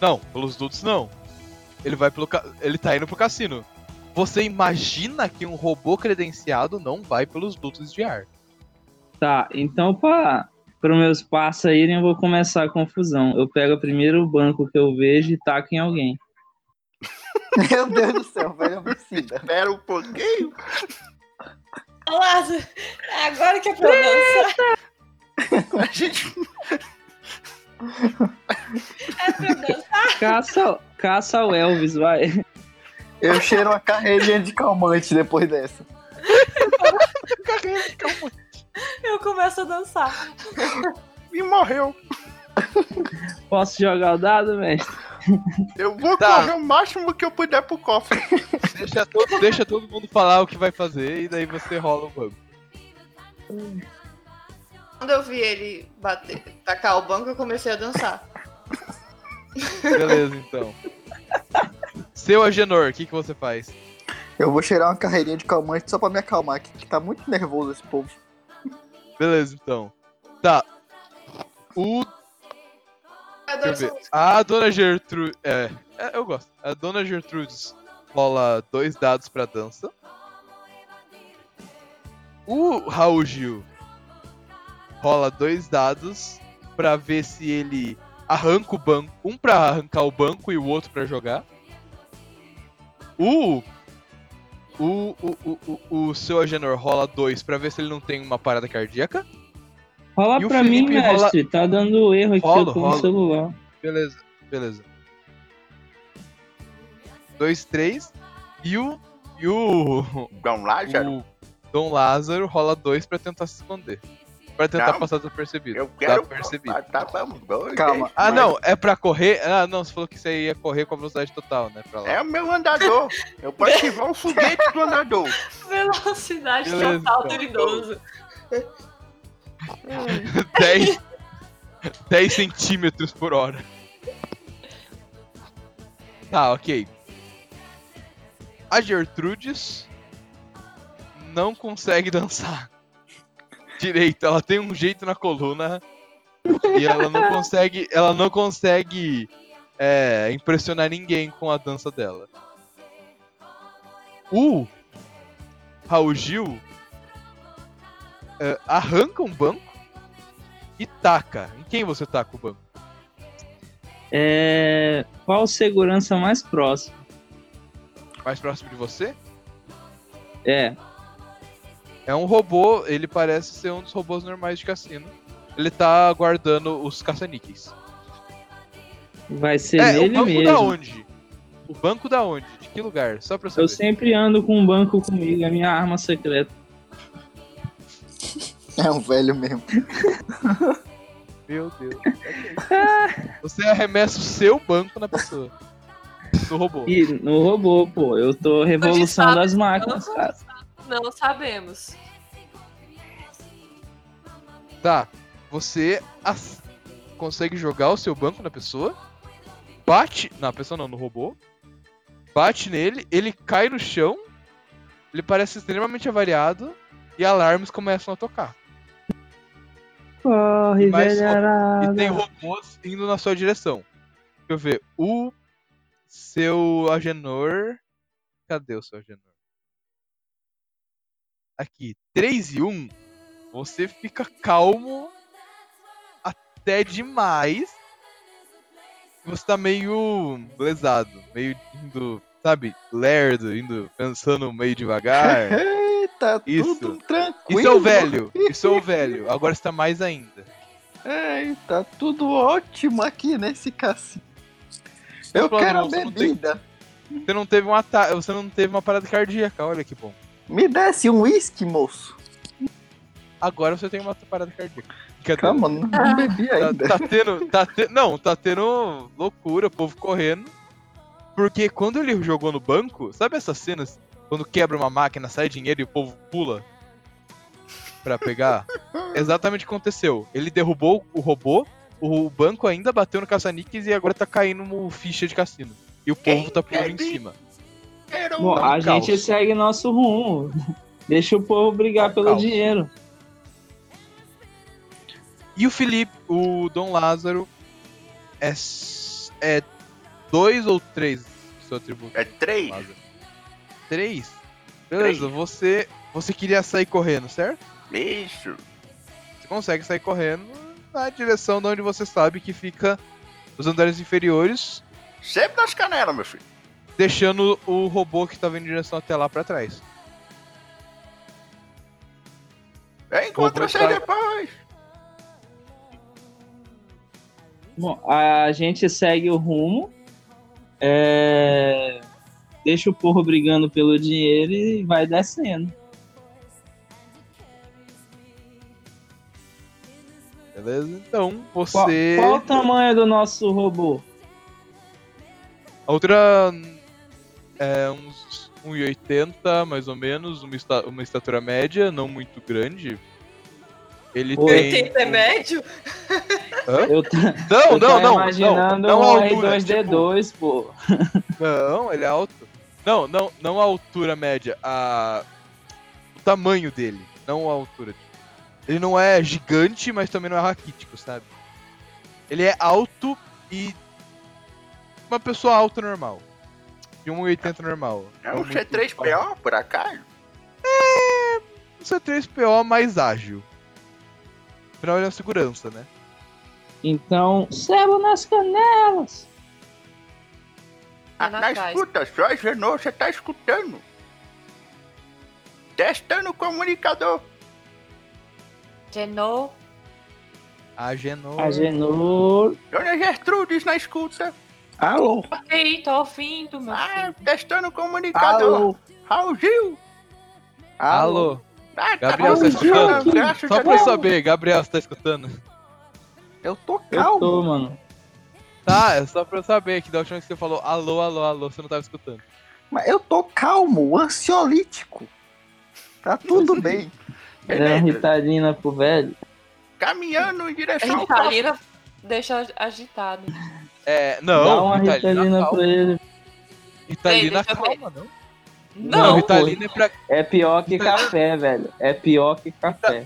Não, pelos dutos não. Ele vai pelo. ca- Ele tá indo pro cassino. Você imagina que um robô credenciado não vai pelos dutos de ar.
Tá, então para os meus passos aí, eu vou começar a confusão. Eu pego o primeiro banco que eu vejo e taco em alguém.
Meu Deus do céu, velho, homicida.
Espera um pouquinho.
Lázaro, é agora que é pra eu dançar.
A gente.
É pra eu dançar.
Caça, caça o Elvis, vai.
Eu cheiro uma carreirinha de calmante depois dessa.
Eu começo a dançar.
E morreu.
Posso jogar o dado, mestre?
Eu vou
Tá.
correr o máximo que eu puder pro cofre.
Deixa todo, deixa todo mundo falar o que vai fazer e daí você rola o banco.
Quando eu vi ele bater, tacar o banco, eu comecei a dançar.
Beleza, então. Seu Agenor, o que, que você faz?
Eu vou cheirar uma carreirinha de calmante só pra me acalmar, que, que tá muito nervoso esse povo.
Beleza, então. Tá. O.
Eu
Deixa eu
danço
ver. A dona Gertrude. É, é, eu gosto. A dona Gertrudes rola dois dados pra dança. O Raul Gil rola dois dados pra ver se ele arranca o banco. Um pra arrancar o banco e o outro pra jogar. O. O, o, o, o, o seu Agenor rola dois pra ver se ele não tem uma parada cardíaca.
Rola
E o
pra mim,
Felipe rola-
mestre. Tá dando erro aqui,
Rolo,
eu tô no
rolo.
celular.
Beleza, beleza. 2, 3. E o. E o.
Não, Lázaro,
o Dom Lázaro rola 2 pra tentar se esconder. Pra tentar
Não,
passar desapercebido.
eu quero.
percebido.
Tá, tá bom,
Calma.
Ah,
mas-
não, é pra correr. Ah, não, você falou que você ia correr com a velocidade total, né? Pra lá.
É o meu andador. Eu posso ativar o foguete do andador.
Velocidade
Beleza,
total
então.
do idoso.
10, 10 centímetros por hora. Tá, ok. A Gertrudes não consegue dançar direito. Ela tem um jeito na coluna e ela não consegue, ela não consegue é, impressionar ninguém com a dança dela. O Raul Gil é, arranca um banco e taca. Em quem você taca o banco?
É... Qual o segurança mais próximo?
Mais próximo de você?
É,
É um robô, ele parece ser um dos robôs normais de cassino. Ele tá guardando os caça-níqueis.
vai ser
É, o
nele
banco da
mesmo.
onde? O banco da onde? De que lugar? Só pra
Eu
saber.
sempre ando com um banco comigo, é minha arma secreta.
É um velho mesmo.
Meu Deus. Ok. você arremessa o seu banco na pessoa. No robô.
E no robô, pô, eu tô revolução
sabe,
das máquinas,
não.
cara.
Não sabemos.
Tá. Você ac- consegue jogar o seu banco na pessoa, bate. Na pessoa não, no robô. Bate nele, ele cai no chão, ele parece extremamente avariado e alarmes começam a tocar.
Corre,
E mais
velha
só-
arada.
E tem robôs indo na sua direção. Deixa eu ver. O seu Agenor. Cadê o seu Agenor? Aqui. 3 e 1. Você fica calmo até demais. Você tá meio lesado, meio indo, sabe, lerdo, indo pensando meio devagar.
Eita,
Ah, é. Isso.
tudo tranquilo.
Isso é o velho, isso é o velho. Agora está mais ainda.
Eita, tudo ótimo aqui nesse cassino. Eu
Plano,
quero a
você não tem-
bebida.
Você não teve um ataque, você não teve uma parada cardíaca, olha que bom.
Me desce um uísque, moço.
Agora você tem uma parada cardíaca. Cadê?
Calma, não,
Ah.
não bebi
Tá,
ainda.
tá tendo, tá te- Não, tá tendo loucura, o povo correndo. Porque quando ele jogou no banco, sabe essas cenas? Quando quebra uma máquina, sai dinheiro e o povo pula pra pegar? Exatamente o que aconteceu. Ele derrubou o robô, o banco ainda bateu no caça-níqueis e agora tá caindo uma ficha de cassino. E o povo tá pulando em cima.
Era
Bom,
um...
Tá um
a gente
caos.
segue nosso rumo. Deixa o povo brigar
Tá um
pelo
caos.
dinheiro.
E o Felipe, o Dom Lázaro, é, s- é dois ou três seu atributo?
É três?
Lázaro. Três? Beleza,
Três.
você você queria sair correndo, certo?
Isso.
Você consegue sair correndo na direção de onde você sabe que fica os andares inferiores,
Sempre nas canelas, meu filho.
deixando o robô que tava indo em direção até lá pra trás.
É,
Vou
encontra você
botar-
depois.
Bom, a gente segue o rumo. é, Deixa o povo brigando pelo dinheiro e vai descendo.
Beleza? Então,
Qual,
você.
qual o tamanho do nosso robô?
A outra é uns 1,80 mais ou menos, uma, esta- uma estatura média, não muito grande. Ele tem.
80 é médio?
Eu, t-
Não,
eu
não, não,
tava
não.
imaginando
Não a
um
altura. tipo,
R2D2, pô.
não, ele é alto. Não, não, não a altura média, a o tamanho dele, não a altura. tipo. Ele não é gigante, mas também não é raquítico, sabe? Ele é alto e uma pessoa alta normal. De 1,80 normal.
É
Não
um
muito
C3PO, por acaso?
um C3PO mais ágil. Afinal, ele é uma segurança, né?
Então, selo nas canelas.
Tá
Ah,
na
na
trás.
escuta só, Renault, você tá escutando. Testando o comunicador.
Genou.
Agenor.
Agenor.
Dona Gertrudes na escuta.
Alô,
Ok, tô ouvindo, meu
Ah,
filho.
testando o comunicador.
alô,
Raul Gil.
Alô.
Ah, tá
Gabriel,
bom,
você tá
Gil,
escutando?
graças a
Só
é
pra
Deus.
eu saber, Gabriel, você tá escutando?
Eu tô
Eu
calmo.
tô, mano.
Tá, é só pra eu saber que da última vez que você falou alô, alô, alô, você não tava escutando.
Mas eu tô calmo, ansiolítico. Tá tudo bem.
Era uma ritalina pro velho.
Caminhando em
A
direção ao palco.
ritalina deixa agitado.
É,
Dá
não,
uma ritalina pra
calma.
ele.
Ritalina
Ei, deixa eu ver.
calma, não?
Não,
pô.
Ritalina é pra...
É pior que
Tá.
café, velho. É pior que café.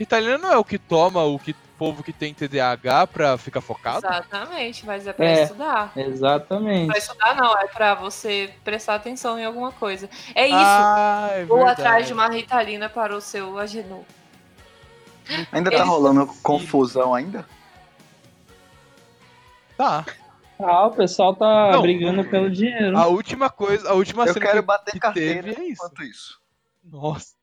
Ritalina não é o que toma o que o povo que tem TDAH pra ficar focado?
Exatamente, mas é pra
É.
estudar. Pra
Exatamente.
estudar não, é pra você prestar atenção em alguma coisa. É isso.
Ah, é
Vou
verdade.
atrás de uma ritalina para o seu Agenor.
Ainda tá
Eles-
rolando confusão ainda?
Tá.
Ah, o pessoal tá
Não. Ah.
brigando pelo dinheiro.
A última coisa, a última
Eu
cena
quero
que-
bater carteira
teve é isso.
enquanto isso.
Nossa.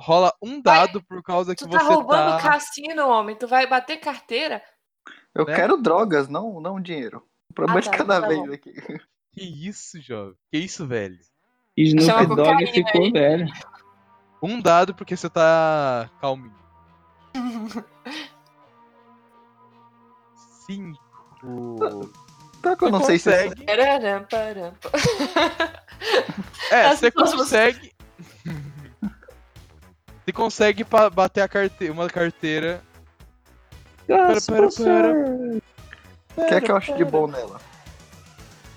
Rola um dado por
É
causa que
Tu
você
tá roubando
tá...
cassino, homem. Tu vai bater carteira?
Eu
Né?
quero drogas, não, não dinheiro. Um problema
Ah,
de
tá,
cada
tá
vez
bom.
aqui.
Que isso, jovem? Que isso, velho?
Chama
Snoop Dogg
cocaína
ficou
aí.
velho.
Um dado porque você tá calminho. Cinco.
Só que eu não sei se
consegue.
Pararam, pararam.
É,
As
você
pessoas-
consegue. você consegue pa- bater a carteira, uma carteira. Pera, pera, pera.
o que é que eu acho de bom nela.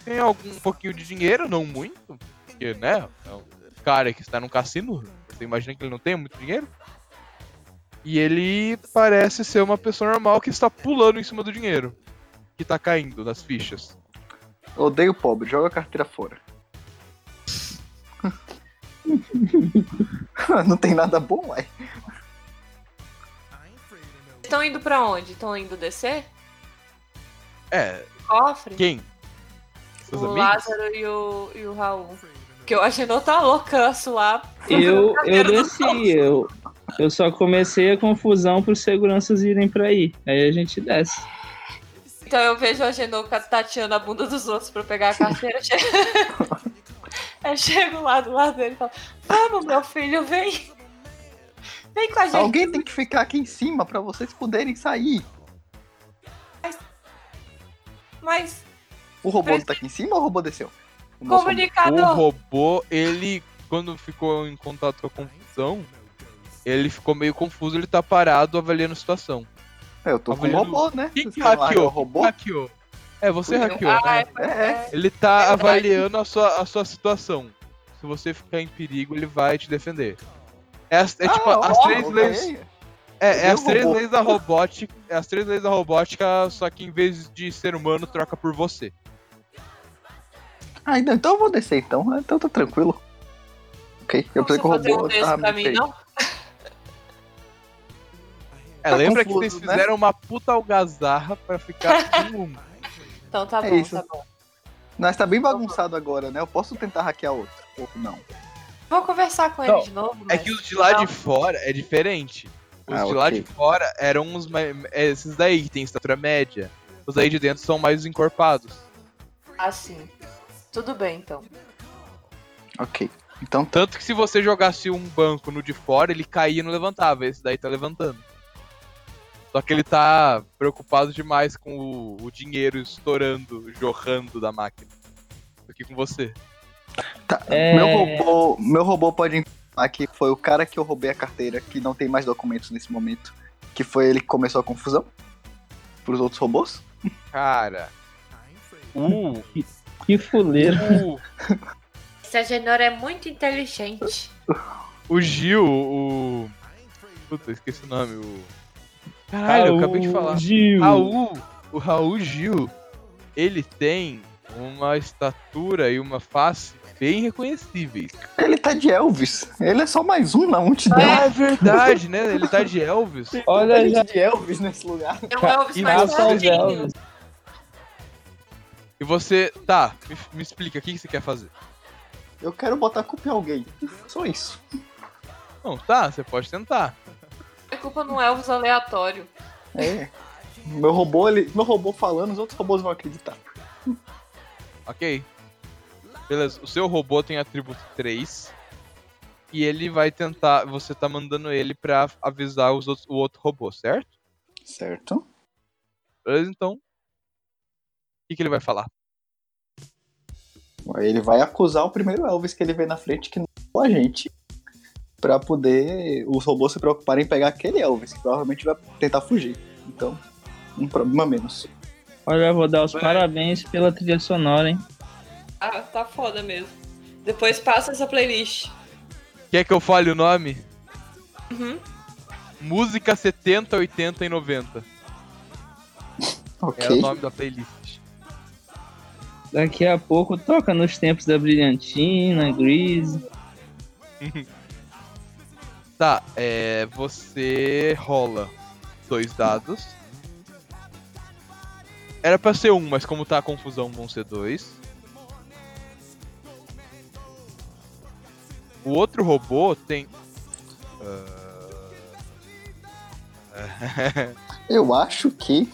Tem algum pouquinho de dinheiro, não muito. Porque, né? É um cara que está num cassino. Você imagina que ele não tem muito dinheiro? E ele parece ser uma pessoa normal que está pulando em cima do dinheiro. Que tá caindo das fichas.
Odeio pobre, joga a carteira fora. não tem nada bom, uai.
Estão indo pra onde? Estão indo descer?
É,
Cofre?
quem?
o
Seus amigos?
Lázaro e o, e o Raul. Porque o Agenor tá loucanço lá.
Eu, eu desci, eu, eu só comecei a confusão pros seguranças irem pra aí. Aí a gente desce.
Então eu vejo o Agenor tateando a bunda dos outros pra pegar a carteira. Aí eu chego lá do lado dele e falo: Vamos, meu filho, vem. Vem com a gente.
Alguém tem que ficar aqui em cima pra vocês poderem sair.
Mas,
O robô não tá aqui em cima ou o robô desceu? O nosso robô.
O
comunicador.
robô, ele, quando ficou em contato com a confusão, ele ficou meio confuso, ele tá parado avaliando a situação.
É, eu tô com o
Avaliando-
robô, né?
Quem
Vocês
que
falaram, é o
hackeou?
robô?
Hackeou. É, você hackeou.
Ah,
né?
é,
É,
Ele tá
verdade.
avaliando a sua, a sua situação. Se você ficar em perigo, ele vai te defender. É, as- é tipo
Ah,
as
ó,
três
ok.
leis. É, é
Eu
as três
robô.
leis da robótica. É as três leis da robótica, só que em vez de ser humano, troca por você.
Ah, então- então eu vou descer então. Ah, Então tá tranquilo. Ok, eu pensei
Como você
que o
fazer
robô
um
tava
texto pra
meio
mim,
feio.
não?
É,
Tá
lembra
confuso,
que vocês
né?
fizeram uma puta algazarra pra ficar um.
Então tá
É
bom,
isso.
tá bom.
Nós tá bem bagunçado agora, né? Eu posso tentar hackear outro, ou não.
Vou conversar com ele
Não,
de novo.
É
mas
que os de lá
não.
de fora é diferente. Os
Ah,
de lá
ok.
de fora eram os mais. Esses daí que tem estatura média. Os aí de dentro são mais encorpados.
Assim. Tudo bem, então.
Ok. Então tá.
Tanto que se você jogasse um banco no de fora, ele caía e não levantava. Esse daí tá levantando. Só que ele tá preocupado demais com o, o dinheiro estourando, jorrando da máquina. Do que com você.
É.
Tá. Meu, robô, meu robô pode informar que foi o cara que eu roubei a carteira, que não tem mais documentos nesse momento, que foi ele que começou a confusão? Pros outros robôs?
Cara. Uh,
Que fuleiro.
uh,
Essa Genora é muito inteligente.
o Gil, o. Puta, esqueci o nome. O. Caralho, eu acabei de falar.
Gil.
Raul, o Raul Gil, ele tem uma estatura e uma face bem reconhecíveis.
Ele tá de Elvis. Ele é só mais um na multidão.
é verdade, né? Ele tá de Elvis.
Olha já.
tá de Elvis nesse lugar.
É um Elvis
E
mais
você-
São os
fortinho.
Elvis.
E você. Tá, me, me explica, o que que você quer fazer?
Eu quero botar a culpa em alguém. Só isso.
Não, tá, você pode tentar.
É culpa num Elvis aleatório.
É. Meu robô, ele. Meu robô falando, os outros robôs vão acreditar.
Ok. Beleza, o seu robô tem atributo 3. E ele vai tentar. Você tá mandando ele pra avisar os outros, o outro robô, certo?
Certo.
Beleza, então. O que, que ele vai falar?
Aí ele vai acusar o primeiro Elvis que ele vê na frente que não é a gente. Pra poder os robôs se preocuparem em pegar aquele Elvis, que provavelmente vai tentar fugir. Então, um problema menos.
Olha, eu vou dar os parabéns pela trilha sonora, hein?
Ah, tá foda mesmo. Depois passa essa playlist.
Quer que eu fale o nome?
Uhum.
Música 70, 80 e 90.
Ok.
É o nome da playlist.
Daqui a pouco toca nos tempos da Brilhantina, Grease.
Tá, é. Você rola dois dados. Era pra ser um, mas como tá a confusão, vão ser dois. O outro robô tem. ah,
Eu acho que.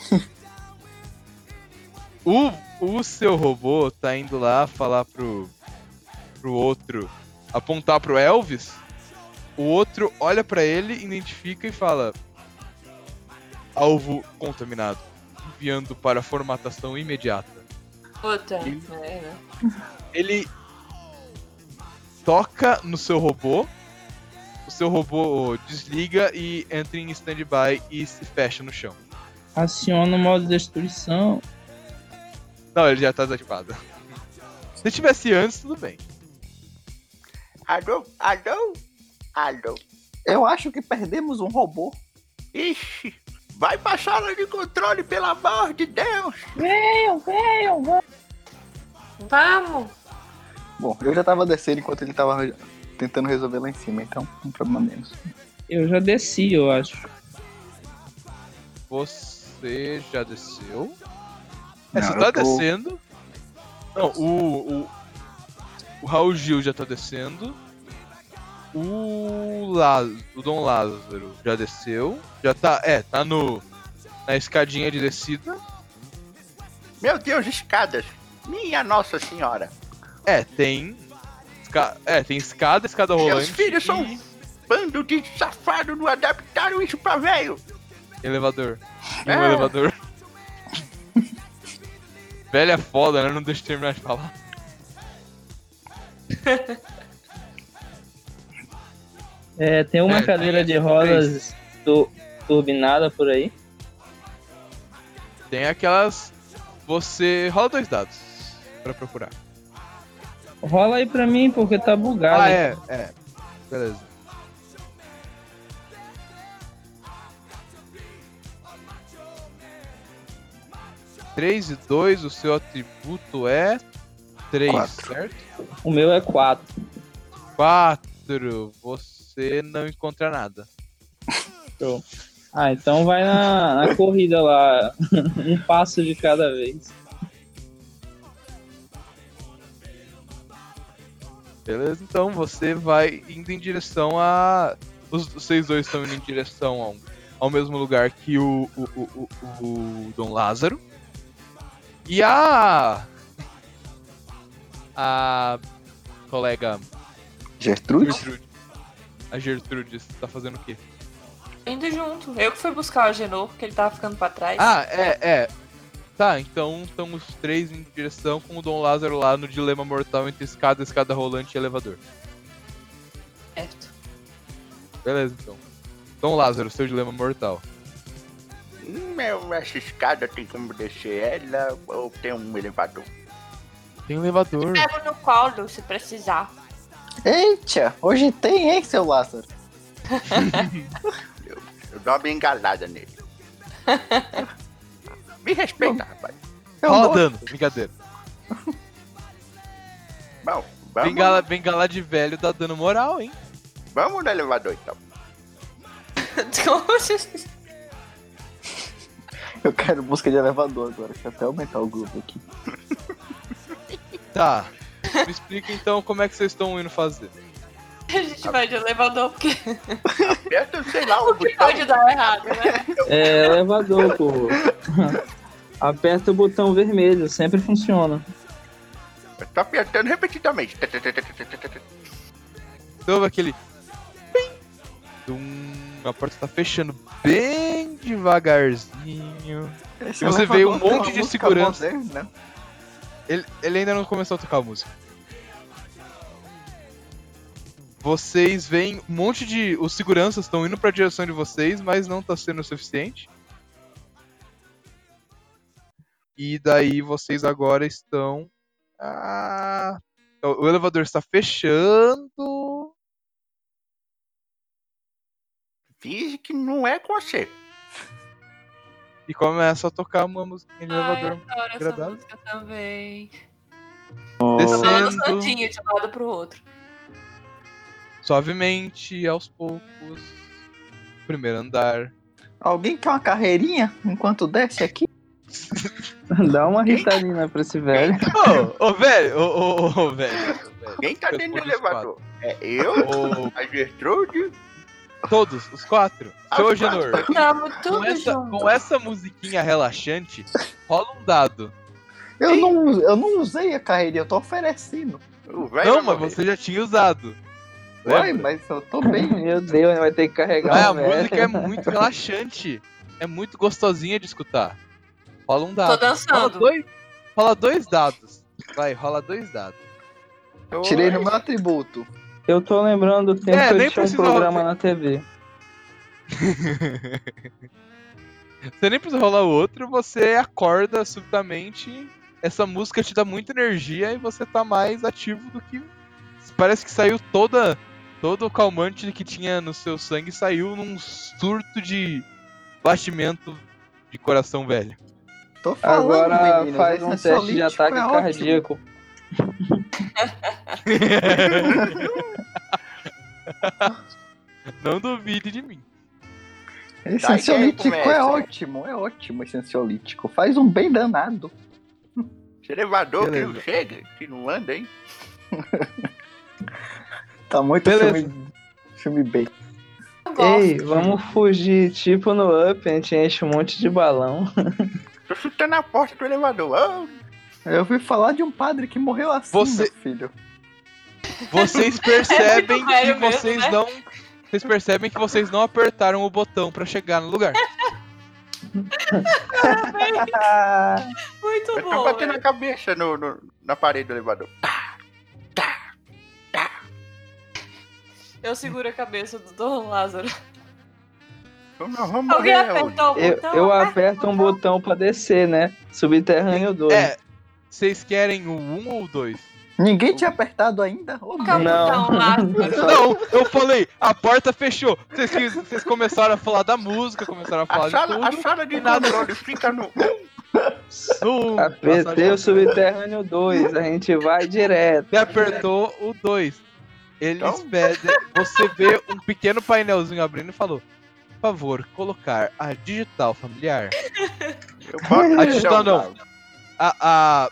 O, o seu robô tá indo lá falar pro, pro outro, apontar pro Elvis. O outro olha pra ele, identifica e fala: Alvo contaminado, enviando para formatação imediata.
Puta
Sim.
é,
merda.
né?
Ele toca no seu robô, o seu robô desliga e entra em standby e se fecha no chão.
Aciona o modo destruição.
Não, ele já tá desativado. Se tivesse antes, tudo bem.
Alô? Alô? Alô?
Eu acho que perdemos um robô.
Ixi, vai pra sala de controle, pelo amor de Deus!
Vamos!
Bom, eu já tava descendo enquanto ele tava tentando resolver lá em cima, então um problema menos.
Eu já desci, eu acho.
Você já desceu? É,
Não,
você
eu
tá
tô-
descendo. Não, o, o. O Raul Gil já tá descendo. O Lázaro, o Dom Lázaro já desceu. Já tá. É, tá no. Na escadinha de descida.
Meu Deus, escadas! Minha Nossa Senhora!
É, tem Ca- É, tem escada, escada
Meus
rolante,
filhos são um bando de safado, não adaptaram isso pra velho.
elevador. E um
É.
elevador. Velho é foda, né? Não deixa eu terminar de falar.
É, tem uma
É,
cadeira
aí
de
é
rodas tu- turbinada por aí.
Tem aquelas. Você rola dois dados pra procurar.
Rola aí pra mim, porque tá bugado.
Ah, é, é. Beleza. Três e dois, o seu atributo é três,
Quatro.
certo?
O meu é 4.
Quatro. Você não encontra nada.
Ah, então vai na, na corrida lá. um passo de cada vez.
Beleza? Então você vai indo em direção a. Os vocês dois estão indo em direção ao, ao mesmo lugar que o, o, o, o, o Dom Lázaro. E a. A. Colega
Gertrude?
Gertrude. A Gertrude está fazendo o quê?
Indo junto. Eu que fui buscar o Genô, porque ele tava ficando pra trás.
Ah, é, é. Tá, então estão os três em direção com o Dom Lázaro lá no dilema mortal entre escada, escada rolante e elevador.
Certo.
Beleza, então. Dom Lázaro, seu dilema mortal.
Hum, é- essa escada tem como descer ela ou tem um elevador?
Tem um elevador.
Pego no colo se precisar.
Eita, hoje tem, hein, seu Lázaro?
Eu dou uma engalada nele. Me respeita, rapaz.
Eu
Rola
dou-
É dano. Brincadeira.
Tá Bom, vamos,
Bengala, bengala de velho dá dano moral, hein?
vamos no elevador então.
Então,
Eu quero busca de elevador agora, deixa eu até aumentar o grupo aqui.
Tá. Me explica então como é que vocês estão indo fazer.
a gente vai de elevador, porque
Aperta, sei lá, o botão.
pode dar errado, né?
É elevador, pô. Aperta o botão vermelho, sempre funciona.
Eu tô apertando repetidamente.
Então aquele. pim, dum, a porta tá fechando bem devagarzinho.
Esse
Você
elevador
vê um
tem uma
monte de
música
segurança.
moderna. né?
Ele, ele ainda não começou a tocar a música. Vocês veem um monte de. Os seguranças estão indo pra direção de vocês, mas não tá sendo o suficiente. E daí vocês agora estão. Ah, então, o elevador está fechando.
Finge que não é com você.
E começa a tocar uma música de
Ai,
elevador.
adoro essa
agradável.
música também. Falando
Descendo
santinho de um lado pro outro.
suavemente, aos poucos. Primeiro andar.
Alguém quer uma carreirinha enquanto desce aqui?
Dá uma ritalina pra esse velho.
Ô, ô, velho, ô, ô, ô, ô, velho. ô, velho.
Quem tá dentro do
Responde os quatro.
elevador? É eu,
Ô,
a Gertrude,
todos, os quatro. Seu
quatro.
Genor,
Tamo
com
tudo
essa,
junto.
com essa musiquinha relaxante, rola um dado.
Eu não, eu não usei a carreirinha, eu tô oferecendo.
o velho.
Não, mas você já tinha usado.
Ué,
Lembra?
mas eu tô bem.
Meu Deus, vai ter que carregar
Mas
o
a
velho.
música é muito relaxante. É muito gostosinha de escutar. Rola um
Tô
dado. Rola
dançando.
dois, rola dois dados. Vai, rola dois dados.
Tirei no meu atributo.
Eu tô lembrando do tempo
É,
que
nem
eu tinha um
precisa
programa na TV.
Você nem precisa rolar outro, você acorda subitamente. Essa música te dá muita energia e você tá mais ativo do que. Parece que saiu toda. Todo o calmante que tinha no seu sangue saiu num surto de batimento de coração velho.
Tô falando,
Agora
meninas,
faz
esse
um teste de
ansiolítico
ataque
é ótimo.
cardíaco.
Não duvide de mim.
Esse
Tá,
ansiolítico
e aí,
é
começa?
ótimo, é ótimo esse ansiolítico. Faz um bem danado.
Esse elevador que não
Beleza.
chega, que não anda, hein?
Tá muito
Beleza.
filme, filme bem.
Eu gosto.
Ei, vamos fugir, tipo no Up, a gente enche um monte de balão.
Tô chutando a porta do elevador. Ah,
Eu ouvi falar de um padre que morreu assim,
Você-
meu filho.
Vocês percebem
É muito velho
que vocês
mesmo, né?
não. Vocês percebem que vocês não apertaram o botão pra chegar no lugar.
Muito
Eu tô
bom.
batendo
velho.
a cabeça no, no- na parede do elevador.
Eu seguro a cabeça do Dom Lázaro.
Vamos, Então vamos
Alguém
morrer, Raul.
apertou o
Eu,
botão?
eu
Então, Aperta
aperto um botão pra descer, né? Subterrâneo 2.
É. Vocês querem o 1 ou o 2?
Ninguém tinha apertado ainda? Ô,
é o botão,
Não.
Lázaro.
Não, eu falei, a porta fechou. Vocês, quis- vocês começaram a falar da música, começaram a falar
A
de
sala, a
tudo.
sala de
Nada.
controle fica no.
No-
Apertei
Nossa,
o subterrâneo 2, a gente vai direto.
Você apertou o 2. Eles
Então?
pedem. Você vê um pequeno painelzinho abrindo e falou: Por favor, colocar a digital familiar.
Eu boto
A digital
então,
não. A. a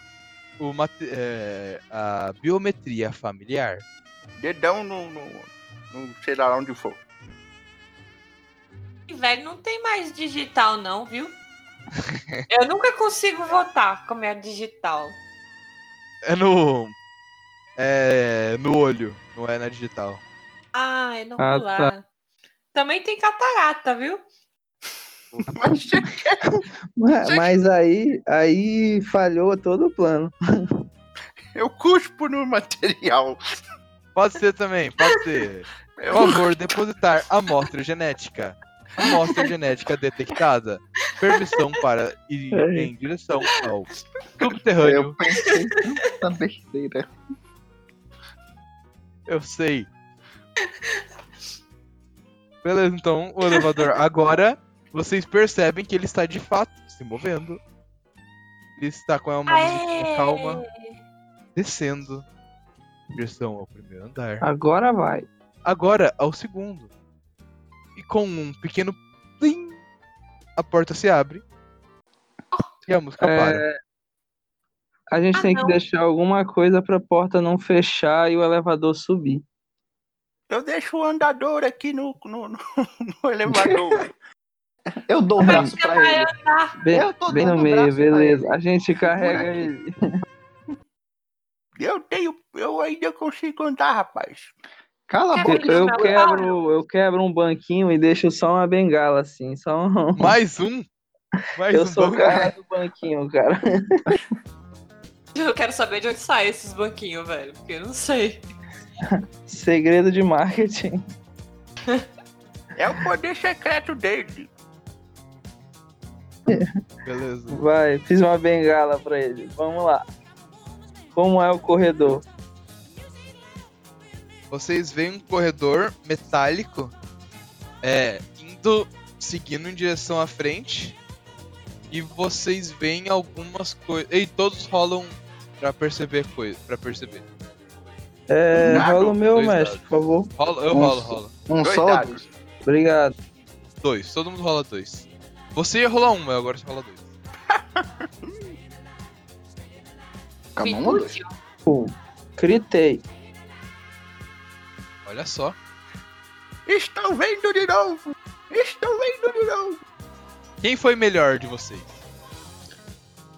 o mate- é, a biometria familiar.
Dedão no, no, no. sei lá onde for.
Velho, não tem mais digital, não, viu? Eu nunca consigo votar com a minha digital.
É no. É. No olho, não é na digital.
Ah, é não
Ah,
pular. Também tem catarata, viu?
Mas você
Ma- Mas aí, aí falhou todo o plano.
Eu cuspo no material.
Pode ser também, pode ser.
Eu-
Por favor, depositar amostra genética. Amostra genética detectada. Permissão para ir em direção ao subterrâneo.
Eu pensei tanta besteira.
Eu sei. Beleza, então o elevador. Agora vocês percebem que ele está de fato se movendo. Ele está com uma musiquinha
Aê!
calma descendo em direção ao primeiro andar.
Agora vai.
Agora ao segundo. E com um pequeno plim, a porta se abre. E a música
É,
para.
A gente
Ah,
tem
não.
que deixar alguma coisa pra porta não fechar e o elevador subir.
Eu deixo o andador aqui no, no, no, no elevador.
Eu dou o braço pra ele.
Bem,
Eu tô
bem
dando
no
o
meio,
braço pra
beleza.
ele.
A gente carrega
buraquinho.
ele.
eu tenho. Eu ainda consigo andar, rapaz.
Cala a
Eu,
boca.
Quebra
eu
o
quebro, eu quebro um banquinho e deixo só uma bengala, assim. Só um...
Mais um? Mais
Eu
um
sou o
banco?
cara do banquinho, cara.
Eu quero saber de onde saem esses banquinhos, velho. Porque eu não sei.
Segredo de marketing.
É o poder secreto dele.
Beleza.
Vai, fiz uma bengala pra ele. Vamos lá. Como é o corredor?
Vocês veem um corredor metálico é, indo, seguindo em direção à frente. E vocês veem algumas coisas. E todos rolam pra perceber coisa. para perceber.
É,
Nada,
rola o meu,
dois
mestre, por favor.
Rola, eu
Nossa.
rolo, rolo.
Um
Dois
só.
dados.
Obrigado.
Dois, todo mundo rola dois. Você ia rolar um, agora você rola dois.
Calma, um ou dois?
Pô, Critei.
Olha só.
Estão vendo de novo! Estão vendo de novo!
Quem foi melhor de vocês?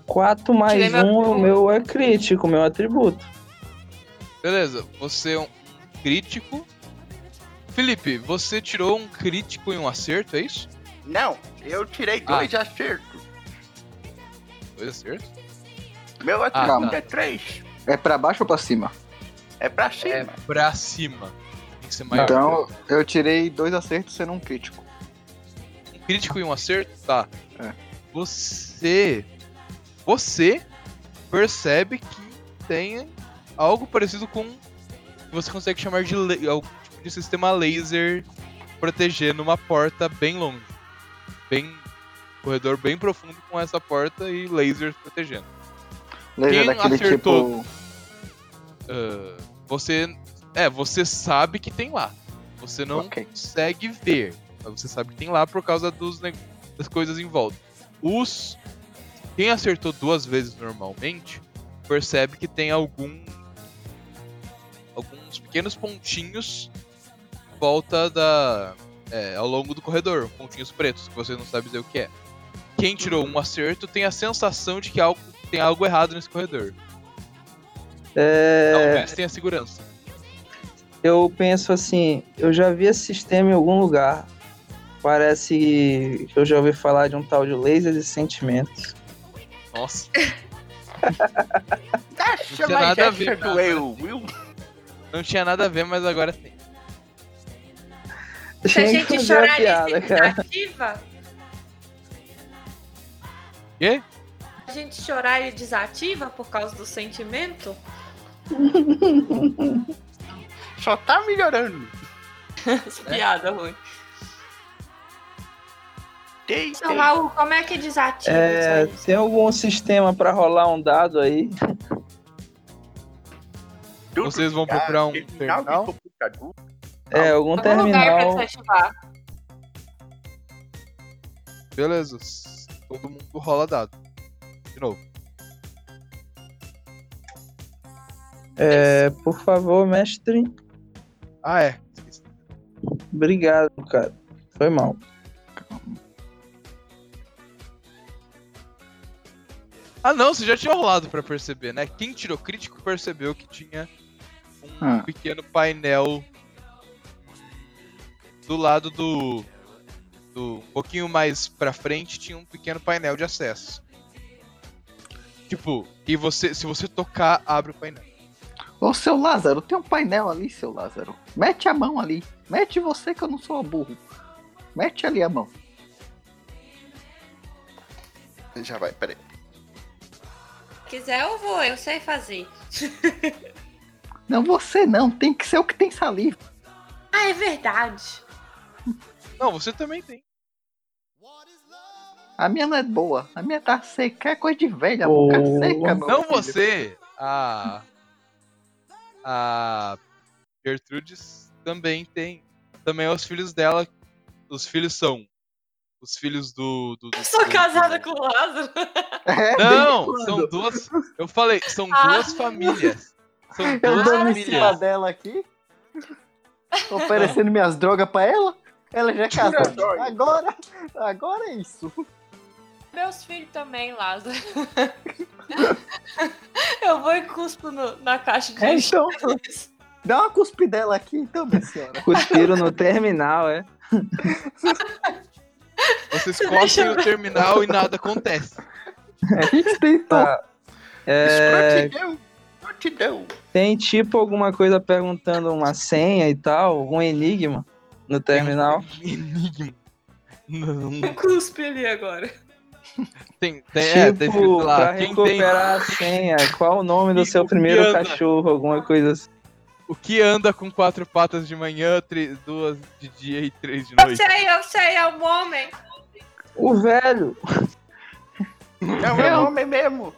4 mais
Tirei
1,
meu
um,
atributo.
o meu é crítico, meu atributo.
Beleza, você é um crítico. Felipe, você tirou um crítico e um acerto, é isso?
Não, eu tirei
Ah.
dois acertos.
Dois acertos?
Meu atributo
tá.
é três.
É pra baixo ou pra cima?
É pra cima.
Pra cima. Tem que ser maior.
Então, eu tirei dois acertos sendo um crítico.
Um crítico e um acerto? Tá.
É.
Você. Você percebe que tem algo parecido com. que Você consegue chamar de, la- algum tipo de sistema laser protegendo uma porta bem longe. Bem. Corredor bem profundo com essa porta e lasers protegendo.
Lembra
Quem
daquele
acertou?
tipo.
Ah, você. É, você sabe que tem lá. Você não
Ok.
consegue ver. Mas você sabe que tem lá por causa dos neg- das coisas em volta. Os. Quem acertou duas vezes normalmente percebe que tem algum. alguns pequenos pontinhos em volta da. é, ao longo do corredor, pontinhos pretos, que você não sabe dizer o que é. Quem tirou um acerto tem a sensação de que algo, tem algo errado nesse corredor.
É,
Talvez tenha segurança.
eu penso assim, eu já vi esse sistema em algum lugar. Parece que eu já ouvi falar de um tal de laser de sentimentos.
Nossa.
Deixa
É, Não tem
mais
nada a
essa
ver,
do eu, viu?
Não tinha nada a ver, mas agora tem.
Se a
Tinha que
gente
fazer uma
chorar de
piada, cara.
desativa,
Quê?
a gente chorar e desativa por causa do sentimento,
Só tá melhorando.
essa piada é ruim.
Tem,
Então,
tem.
Raul, como é que desativa
É,
isso
tem algum sistema pra rolar um dado aí?
Tudo
Vocês vão
ligado,
procurar um
terminal de
terminal?
computador.
É, algum
aí? Algum lugar pra
terminal.
desativar.
Beleza. s- Todo mundo rola dado. De novo.
É, por favor, mestre.
Ah, é. Esqueci.
Obrigado, cara. Foi mal.
Ah, não, você já tinha rolado pra perceber, né? Quem tirou crítico percebeu que tinha um
Ah.
pequeno painel do lado do, do. Um pouquinho mais pra frente tinha um pequeno painel de acesso. Tipo, e você, se você tocar, abre o painel.
Ô, seu Lázaro, tem um painel ali, seu Lázaro. Mete a mão ali. Mete você que eu não sou um burro. Mete ali a mão.
Já vai, peraí.
Se quiser, eu vou, eu sei fazer.
Não, você não. Tem que ser o que tem saliva.
Ah, é verdade.
Não, você também tem.
A minha não é boa. A minha tá seca. É coisa de velha. A
Boa.
boca seca, meu
Não
filho.
você, a. A. Gertrudes também tem. Também é os filhos dela. Os filhos são. Os filhos do. do, do
Eu sou
do-
casada com o Lázaro.
É,
Não,
desde
são
quando?
duas. Eu falei, são
Ah.
duas famílias. São
Eu
duas
dando em cima
famílias.
dela aqui. Oferecendo minhas drogas pra ela. Ela já é casada.
dói.
Agora, agora é isso.
Meus filhos também, Lázaro. eu vou e cuspo no- na caixa de
É, então,
lixo.
dá uma cuspidela aqui, então, minha senhora.
Cuspiram no terminal, é?
Vocês
Deixa
cospem
eu
o terminal e nada acontece.
A gente tentou.
Tá. É,
Escrotidão, escrotidão.
tem tipo alguma coisa perguntando uma senha e tal, algum enigma no terminal.
Enigma. Não.
Cuspe ali agora.
Tem, tem, é, tem, sei
tipo, pra
lá, quem tem
recuperar a senha, qual o nome do seu
Fico
primeiro
piada.
cachorro, alguma coisa assim.
o que anda com quatro patas de manhã, tri- duas de dia e três de
Eu
noite.
sei, eu sei, é um homem.
O velho.
Não é homem mesmo.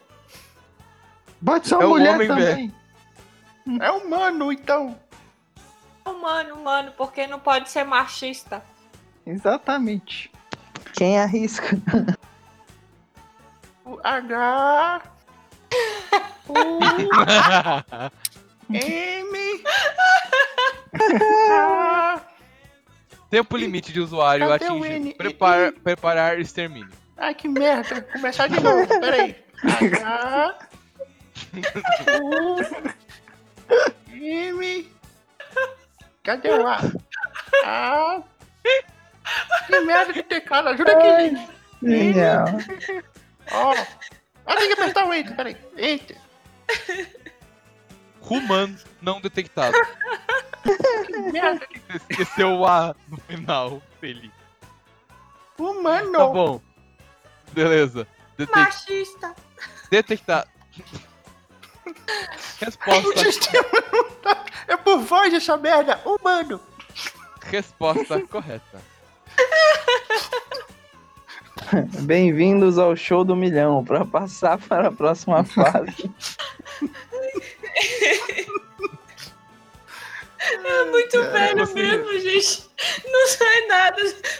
Pode ser uma
É o
mulher
homem,
também.
É humano, então.
Humano, humano, porque não pode ser machista.
Exatamente.
Quem arrisca?
O H, U, M, Ah. A.
Tempo limite de usuário
Cadê o
atingido.
N?
Prepar, preparar extermínio.
Ai, que merda. Começar de novo, peraí. H, U, M. Cadê o A? A. Que merda de teclado, ajuda aqui, gente.
Genial.
Ó. Ah, tem que apertar o Enter, peraí. Enter.
Rumano não detectado.
Que merda.
Você esqueceu o A no final, Felipe.
Humano.
Tá bom. Beleza. Detec
Machista.
detectado.
O
Resposta,
sistema não tá. É por voz essa merda. Uh, Humano.
resposta correta.
Bem-vindos ao show do milhão. Para passar para a próxima fase.
É muito velho
você-
mesmo, gente. Não sai nada.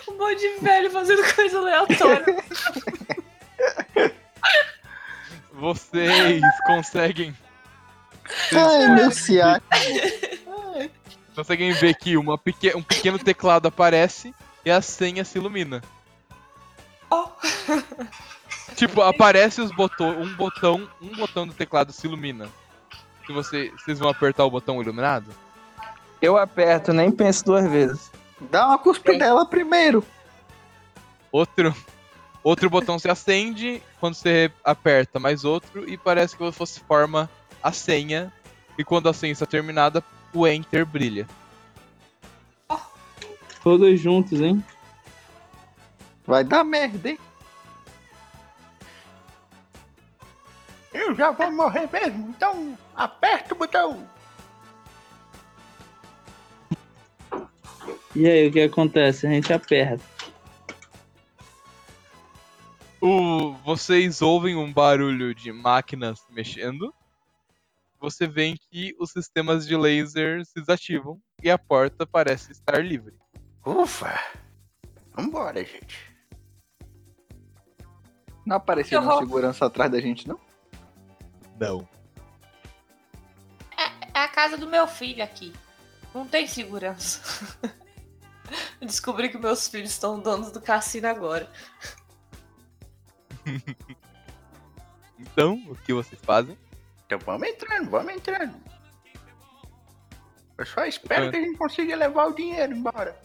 Um monte de velho fazendo coisa aleatória.
Vocês conseguem,
uh,
Ai, meu ciático.
conseguem ver que uma peque um pequeno teclado aparece e a senha se ilumina.
Ó.
Tipo, aparece os botões, um botão, um botão do teclado se ilumina. Se você, vocês vão apertar o botão iluminado?
Eu aperto, nem penso duas vezes.
Dá uma cuspidela primeiro.
Outro, outro botão se acende, quando você aperta mais outro, e parece que você forma a senha. E quando a senha está terminada, o Enter brilha.
Todos juntos, hein?
Vai dar merda, hein?
Eu já vou morrer mesmo, então aperta o botão.
E aí, o que acontece? A gente aperta.
O, vocês ouvem um barulho de máquinas mexendo. Você vê que os sistemas de laser se desativam e a porta parece estar livre.
Ufa! Vambora, gente.
Não apareceu
Que
nenhum
horror.
segurança atrás da gente, não?
Não.
É a casa do meu filho aqui. Não tem segurança. Eu Descobri que meus filhos estão donos do cassino agora.
Então, o que vocês fazem?
Então vamos entrando, vamos entrando. Eu só espero
É.
que a gente consiga levar o dinheiro embora.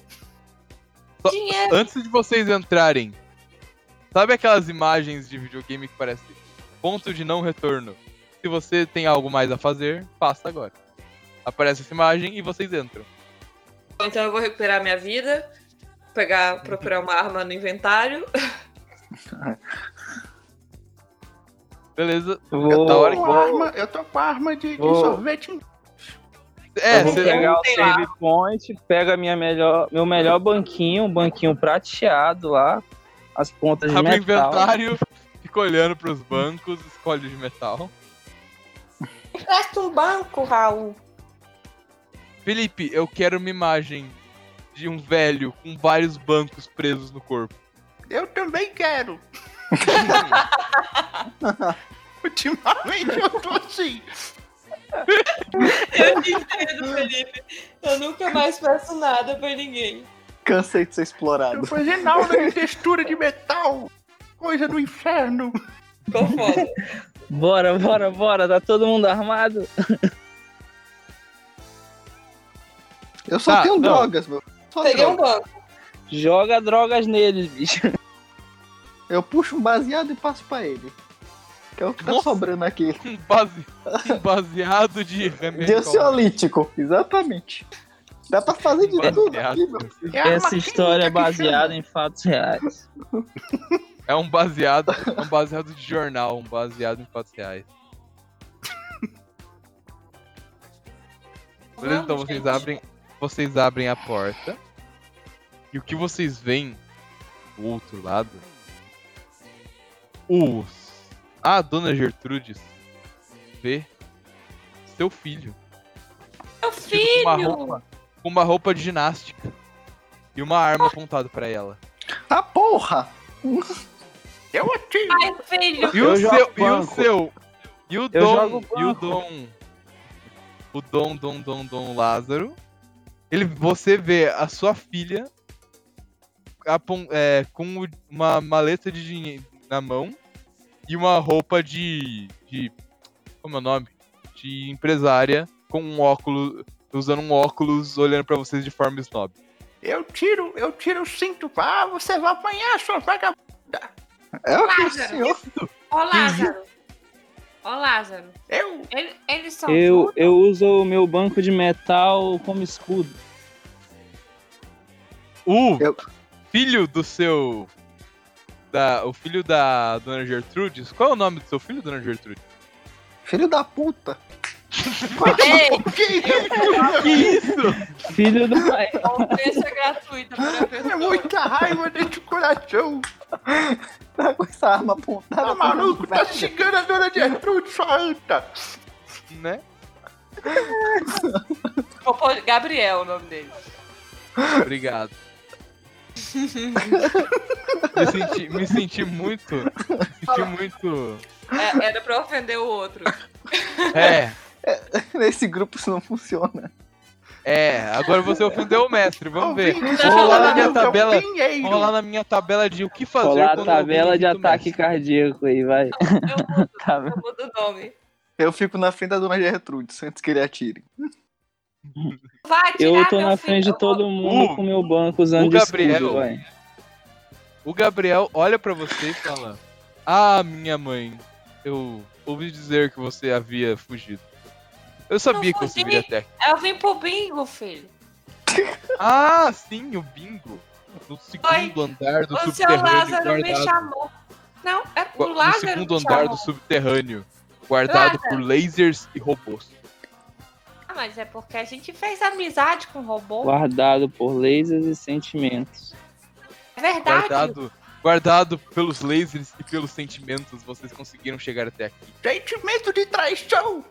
Só-
Dinheiro.
Antes de vocês entrarem, sabe aquelas imagens de videogame que parece ponto de não retorno? Se você tem algo mais a fazer, faça agora. Aparece essa imagem e vocês entram.
Então eu vou recuperar minha vida, pegar, procurar uma arma no inventário.
Beleza?
Eu
Eu vou,
tô,
hora que-
com arma, eu tô com arma de, de
Ô.
sorvete.
É,
eu vou
cê-
pegar o
Sei lá.
save point, pega minha melhor, meu melhor banquinho, um banquinho prateado lá, as pontas de
abre o
metal.
inventário, fica olhando pros bancos, escolhe o de metal.
Empresta um banco, Raul.
Felipe, eu quero uma imagem de um velho com vários bancos presos no corpo.
Eu também quero. Ultimamente eu tô assim.
Eu te entendo, Felipe. Eu nunca mais peço nada pra ninguém.
Cansei de ser
Tô
explorado.
fazendo aula de textura de metal. Coisa do inferno.
Ficou foda.
Bora, bora, bora, tá todo mundo armado?
Eu só
Tá,
tenho
não.
drogas, meu. Só
Peguei um
droga.
banco.
Joga drogas neles, bicho.
Eu puxo um baseado e passo pra ele. Que é o que tá
Nossa.
sobrando aqui.
Um, base... um baseado de remédio.
Deociolítico, exatamente. Dá pra fazer de tudo
Baseado.
aqui, meu.
É arma
Essa
química
história é
que
baseada em fatos reais.
É um baseado, é um baseado de jornal, um baseado em fatos reais. Beleza? Então
Vamos,
vocês
gente.
abrem, vocês abrem a porta. E o que vocês veem do outro lado? Os a dona Gertrudes vê seu filho
Meu
vestido com uma
filho!
roupa, com uma roupa de ginástica e uma arma apontada pra ela.
Tá porra!
chama. Eu atiro.
Ai, filho!
E o
Eu jogo
seu, e o
banco.
seu, e o
Eu
Dom,
jogo
e o
banco.
Dom, o Dom, Dom, Dom, Dom Lázaro, ele, você vê a sua filha apon- é, com o- uma maleta de dinheiro na mão e uma roupa de, de, como é o nome, de empresária com um óculos, usando um óculos, olhando pra vocês de forma snob.
Eu tiro, eu tiro o cinto. Ah, você vai apanhar, sua vagabunda.
É o que o
Lázaro.
senhor.
Ó, Lázaro! Ó, Lázaro!
Eu,
Ele- eles são.
Eu,
juntos?
eu uso o meu banco de metal como escudo.
O
Eu-
filho do seu. Da, o filho da Dona Gertrudes. Qual é o nome do seu filho, Dona Gertrudes?
Filho da puta.
Ei,
Que isso?
Filho do pai.
ofensa é gratuita pra pessoa.
é muita raiva dentro do coração.
Tá com essa arma apontada.
Tá maluco? Tá xingando a dona Gertrude, sua anta.
né?
Vou pôr Gabriel o nome dele.
Obrigado. me, senti, me senti muito. Me senti muito.
É, era pra ofender o outro.
É,
Nesse grupo isso não funciona.
é. Agora você ofendeu o mestre. Vamos ver.
Ouvinte,
Vamos lá tá na minha
seu
tabela.
pinheiro.
Vamos lá na minha tabela de o que fazer.
Colar a
quando alguém
tabela de
irrita o
ataque
mestre.
cardíaco aí, vai.
Eu mudo,
Tá
eu mudo o nome.
Eu fico na frente da dona Gertrudes antes que ele atire.
Vai tirar
Eu tô
meu
na frente
filho.
de todo mundo
O-
com meu banco usando de
Gabriel.
escudo, vai.
O Gabriel olha pra você e fala: Ah, minha mãe, eu ouvi dizer que você havia fugido. Eu sabia que você
fugi.
viria até aqui.
Eu vim pro bingo, filho.
Ah, sim, o bingo. No segundo andar do
O seu
subterrâneo
Lázaro me
guardado.
chamou. Não, é
Gua-
o Lázaro
no segundo
me
andar
chamou.
do subterrâneo, guardado
Lázaro.
por lasers e robôs.
Ah, mas é porque a gente fez amizade com o robô.
Guardado por lasers e sentimentos.
É verdade.
Guardado, guardado pelos lasers e pelos sentimentos, vocês conseguiram chegar até aqui.
Sentimento de traição!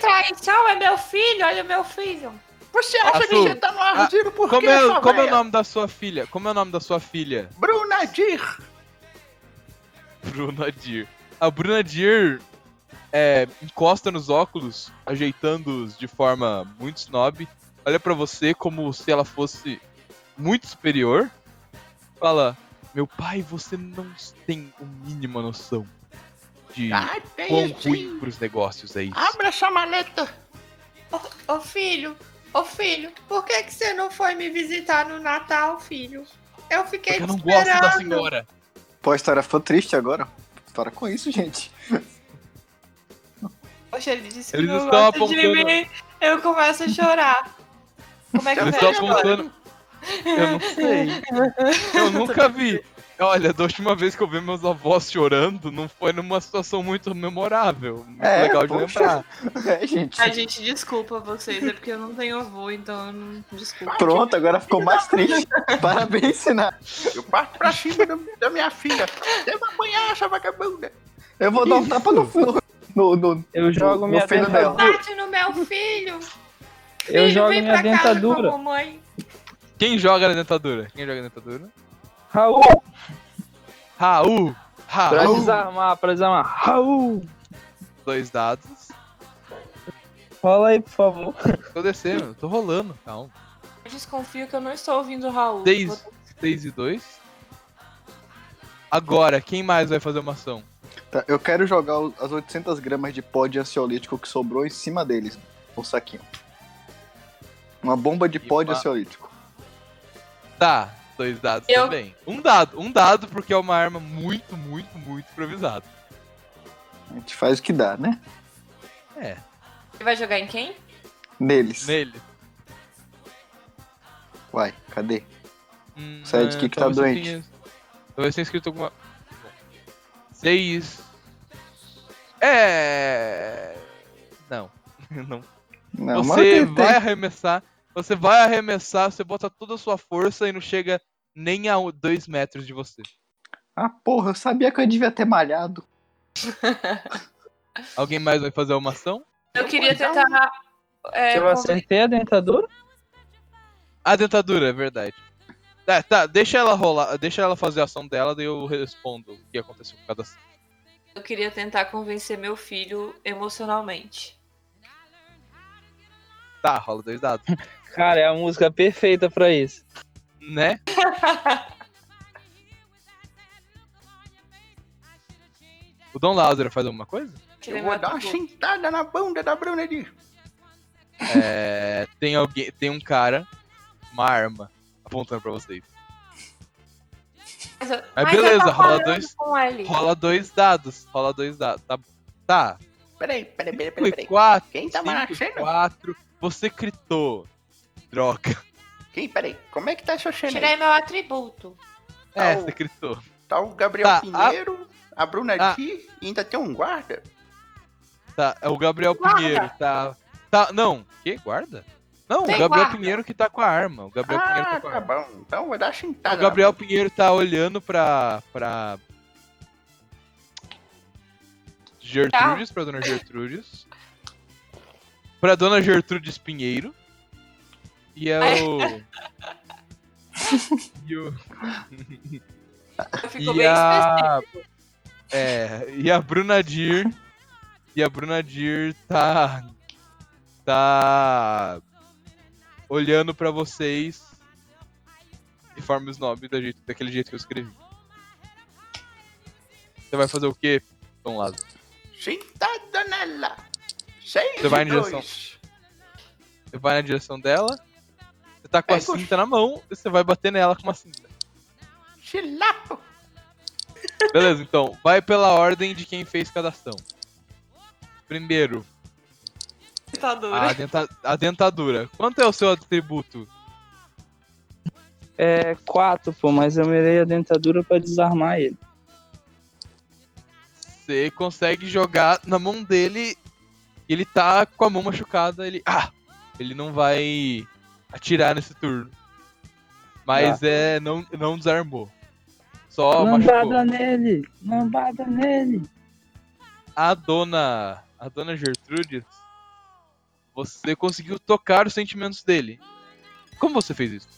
Traição é meu filho, olha o meu filho.
Você acha
Azul.
que você tá no asilo por
Como
quê,
é,
sua
como é o
véia?
nome da sua filha? Como é o nome da sua filha?
Bruna Dir!
Bruna Deer. A Bruna Deer é, encosta nos óculos, ajeitando-os de forma muito snob. Olha pra você como se ela fosse muito superior. Fala: Meu pai, você não tem a mínima noção de
Ah,
quão
tem
ruim
assim!
pros negócios é isso.
Abra essa maleta!
Ô filho, ô filho, por que, que você não foi me visitar no Natal, filho? Eu fiquei
Porque eu não
te esperando.
gosto da senhora.
Pô, a história foi triste agora. Para com isso, gente.
Poxa, ele disse
Eles
que não
estão
gosta de
apontando.
mim, eu começo a chorar. Como é que
Eu
eu
tô
vejo agora?
apontando. Eu não sei. Eu nunca vi. Olha, da última vez que eu vi meus avós chorando, não foi numa situação muito memorável. Muito
É,
legal de
poxa.
lembrar.
É, gente.
A gente desculpa vocês, é porque eu não tenho avô, então eu não desculpa.
Pronto, agora ficou mais triste. Parabéns, Sinar.
Eu parto pra cima da, da minha filha. Deve apanhar essa vagabunda.
Eu vou dar um tapa no fundo. No, no,
Eu jogo
no
minha
filho
dentadura.
dela.
Bate no meu filho!
Eu
filho,
jogo
vem
minha
pra casa com a
dentadura.
mamãe.
Quem joga na dentadura? Quem joga na dentadura?
Raul,
Raul!
pra
Raul!
desarmar, pra desarmar. Raul,
Dois dados.
rola aí, por favor.
Tô descendo, tô rolando. Calma.
Eu desconfio que eu não estou ouvindo o Raul.
Seis. Seis e dois. Agora, quem mais vai fazer uma ação?
Tá, eu quero jogar o- as 800 gramas de pó de ansiolítico que sobrou em cima deles, no saquinho. Uma bomba de pó de
Epa.
ansiolítico.
Tá, dois dados
Eu-
também. Um dado, um dado, porque é uma arma muito, muito, muito improvisada.
A gente faz o que dá, né?
É,
Você vai jogar em quem?
Neles.
nele.
Vai, cadê?
Hum,
Sidekick
é,
tá
talvez eu
doente.
tenha- Talvez tenha escrito alguma. Seis. É. Não. Não.
Não, mas
você
eu tentei.
vai arremessar. Você vai arremessar, você bota toda a sua força e não chega nem a o- dois metros de você.
Ah, porra, eu sabia que eu devia ter malhado.
Alguém mais vai fazer uma ação?
Eu queria tentar. é,
eu acertei a dentadura?
A dentadura, é verdade. Tá, tá, deixa ela rolar, deixa ela fazer a ação dela, daí eu respondo o que aconteceu com cada ação.
Eu queria tentar convencer meu filho emocionalmente.
Tá, rola dois dados.
Cara, é a música perfeita pra isso.
né? o Dom Lázaro faz alguma coisa?
Tirei
Eu vou
meu
dar uma
atributo.
sentada na bunda da Bruna Dir.
É, tem alguém, tem um cara, uma arma apontando pra vocês.
Mas eu-
Mas
mas eu
beleza,
tô
rola
falando
dois-
com ele.
Rola dois dados, rola dois dados, tá? Tá.
Peraí, peraí, peraí,
Cinco
peraí.
e
peraí.
quatro.
Quem tá
cinco e
machando?
quatro. Você gritou. Droga.
Quem, peraí. Como é que tá essa cena aí?
Tirei meu atributo.
É,
Tá, o-
você gritou.
Tá o Gabriel
Tá,
Pinheiro, a, Bruna
Ah.
Dir e ainda tem um guarda.
Tá, é o Gabriel
Guarda.
Pinheiro, tá. Tá, não. Que? Guarda? Não,
Tem
o Gabriel
guarda.
Pinheiro que tá com a arma. O Gabriel Pinheiro
Ah,
tá com a
tá
arma.
bom. Então eu vou dar uma sentada.
O
na
Gabriel
bunda.
Pinheiro tá olhando pra. pra. Gertrudes, pra dona Gertrudes. Pra dona Gertrudes Pinheiro. E é o. e o-
Eu fico
e
bem específico.
a. É, e a Bruna Deer. E a Bruna Deer tá. tá. olhando pra vocês. De forma snob, da jeito- daquele jeito que eu escrevi. Você vai fazer o quê, um Dom Lázaro?
Sentada nela. Seis
Você vai
e
em direção.
dois.
Você vai na direção dela, você
É
tá com a
Ai,
cinta na mão e você vai bater nela com uma cinta.
Chilapo!
Beleza, então, vai pela ordem de quem fez cada ação. Primeiro,
Ditadura.
a, denta- a dentadura. Quanto é o seu atributo?
É quatro, pô, mas eu mirei a dentadura pra desarmar ele.
Você consegue jogar na mão dele e ele tá com a mão machucada, ele. Ah! Ele não vai atirar nesse turno. Mas é. Não, não desarmou. Só machucou.
Lambada nele! Lambada nele!
a dona, a dona Gertrudes, você conseguiu tocar os sentimentos dele. Como você fez isso?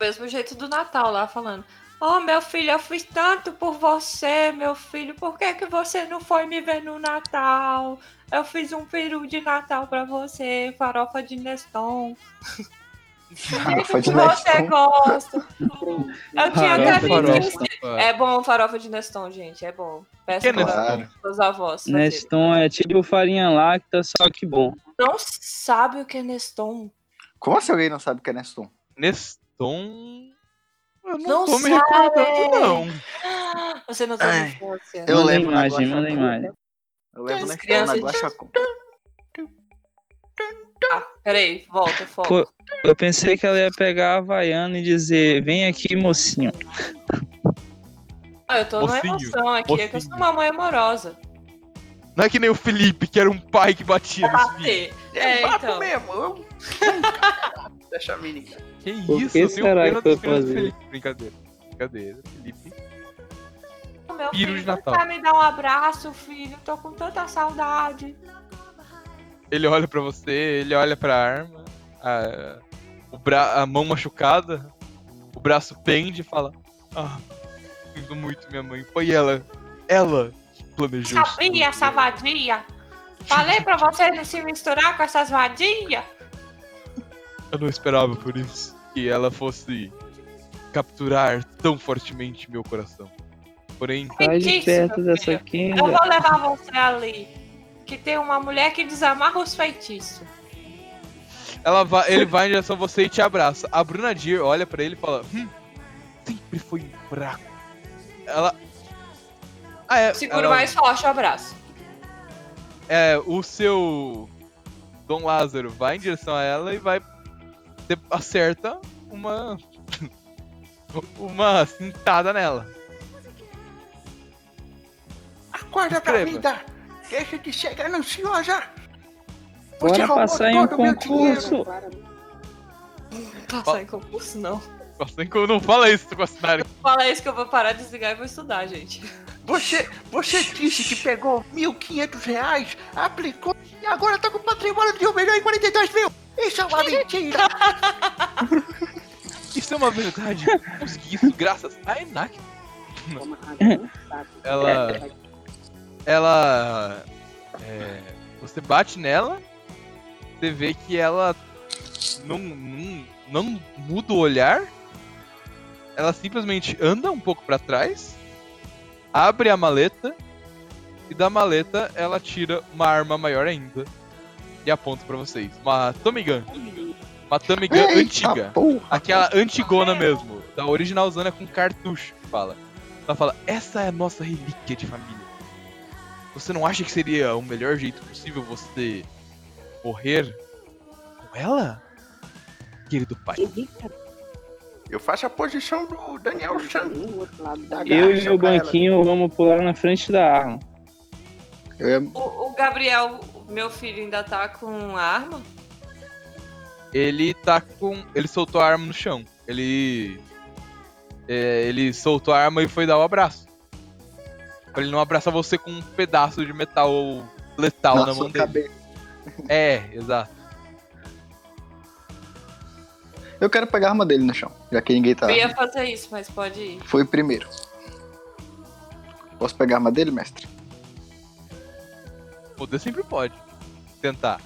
mesmo jeito do Natal lá falando. Oh, meu filho, eu fiz tanto por você, meu filho. Por que, que você não foi me ver no Natal? Eu fiz um peru de Natal pra você, farofa de Neston.
Farofa Ah, de
que você
Neston. Ah,
gosta. Eu tinha
Farofa de
carinho.
Neston.
É bom farofa de Neston, gente. É bom. Peça
Que
para
Neston?
seus avós. fazerem.
Neston é tipo farinha lacta, só que bom.
Não sabe o que é Neston.
Como assim alguém não sabe o que é Neston?
Neston. Eu não,
Não
tô me
sabe!
recordando, não.
Você não tem
Ai.
infância.
Eu
manda
lembro na
imagem,
Guaxa-
manda imagem.
Eu levo
As
Neston na
crianças-
Guaxacom.
Ah, peraí, volta, foco.
Pô, eu pensei que ela ia pegar a Havaiana e dizer, vem aqui, mocinho.
Ah, eu tô
Mocinho,
numa emoção aqui, é que eu sou
mocinho.
uma mãe amorosa.
Não é que nem o Felipe, que era um pai que batia nos filhos.
Bater.
É,
É,
papo
então.
mesmo. Eu... Deixa a menina.
Que
Por
isso?
que
eu tenho
será
pena
que eu
das crianças do
fazia?
Felipe. Brincadeira. Brincadeira, Felipe.
Ô, Meu
Piro
filho,
de Natal.
Vai me dar um abraço, filho. Tô com tanta saudade.
Ele olha pra você, ele olha pra arma, a, o bra- a mão machucada, o braço pende e fala: Ah, sinto muito minha mãe. Foi ela, ela que planejou. isso tudo."
Sabia essa vadia? Falei pra você não se misturar com essas vadias?
Eu não esperava por isso que ela fosse capturar tão fortemente meu coração. Porém,
Sai de
Feitiço,
perto
meu
dessa
filho. Eu
quenda.
vou levar você ali. Que tem uma mulher que desamarra os feitiços.
ela vai, ele vai em direção a você e te abraça. A Bruna Deer olha pra ele e fala: Hum, sempre foi um fraco. Ela. Ah, é.
Seguro
ela-
mais forte o abraço.
É, o seu Dom Lázaro vai em direção a ela e vai. Você acerta uma. uma cintada nela.
Acorda pra
Escreva.
vida. Deixa de ser gananciosa.
Bora
roubou
passar em um
todo o meu
concurso.
Passar em concurso,
assim,
não.
Nossa, eu não fala isso com a Sinari.
Fala isso que eu vou parar, desligar e vou estudar, gente.
Você, você disse que pegou 1.500 reais, aplicou e agora tá com patrimônio de 1 milhão e 42 mil. Isso é uma mentira.
Isso é uma verdade. Eu Consegui isso graças a Enak. Ela. Ela. é, você bate nela, você vê que ela não, não, não muda o olhar, ela simplesmente anda um pouco pra trás, abre a maleta, e da maleta ela tira uma arma maior ainda e aponta pra vocês. Uma Tommy Gun. Uma Tommy Gun antiga.
porra.
Aquela antigona mesmo. Da original zona com cartucho, que fala. Ela fala, essa é a nossa relíquia de família. Você não acha que seria o melhor jeito possível você morrer com ela? Querido pai.
Eu faço a posição do Daniel Santos.
Eu e meu banquinho vamos pular na frente da arma.
Eu ia-
O, o Gabriel, meu filho, ainda tá com a arma?
Ele tá com. Ele soltou a arma no chão. Ele. é, ele soltou a arma e foi dar o abraço. Pra ele não abraçar você com um pedaço de metal letal
na
na
sua
mão dele.
cabeça.
É, exato.
Eu quero pegar a arma dele no chão, já que ninguém tá.
Eu ia fazer isso, mas pode ir.
Foi o primeiro. Posso pegar a arma dele, mestre?
Poder sempre pode. Tentar.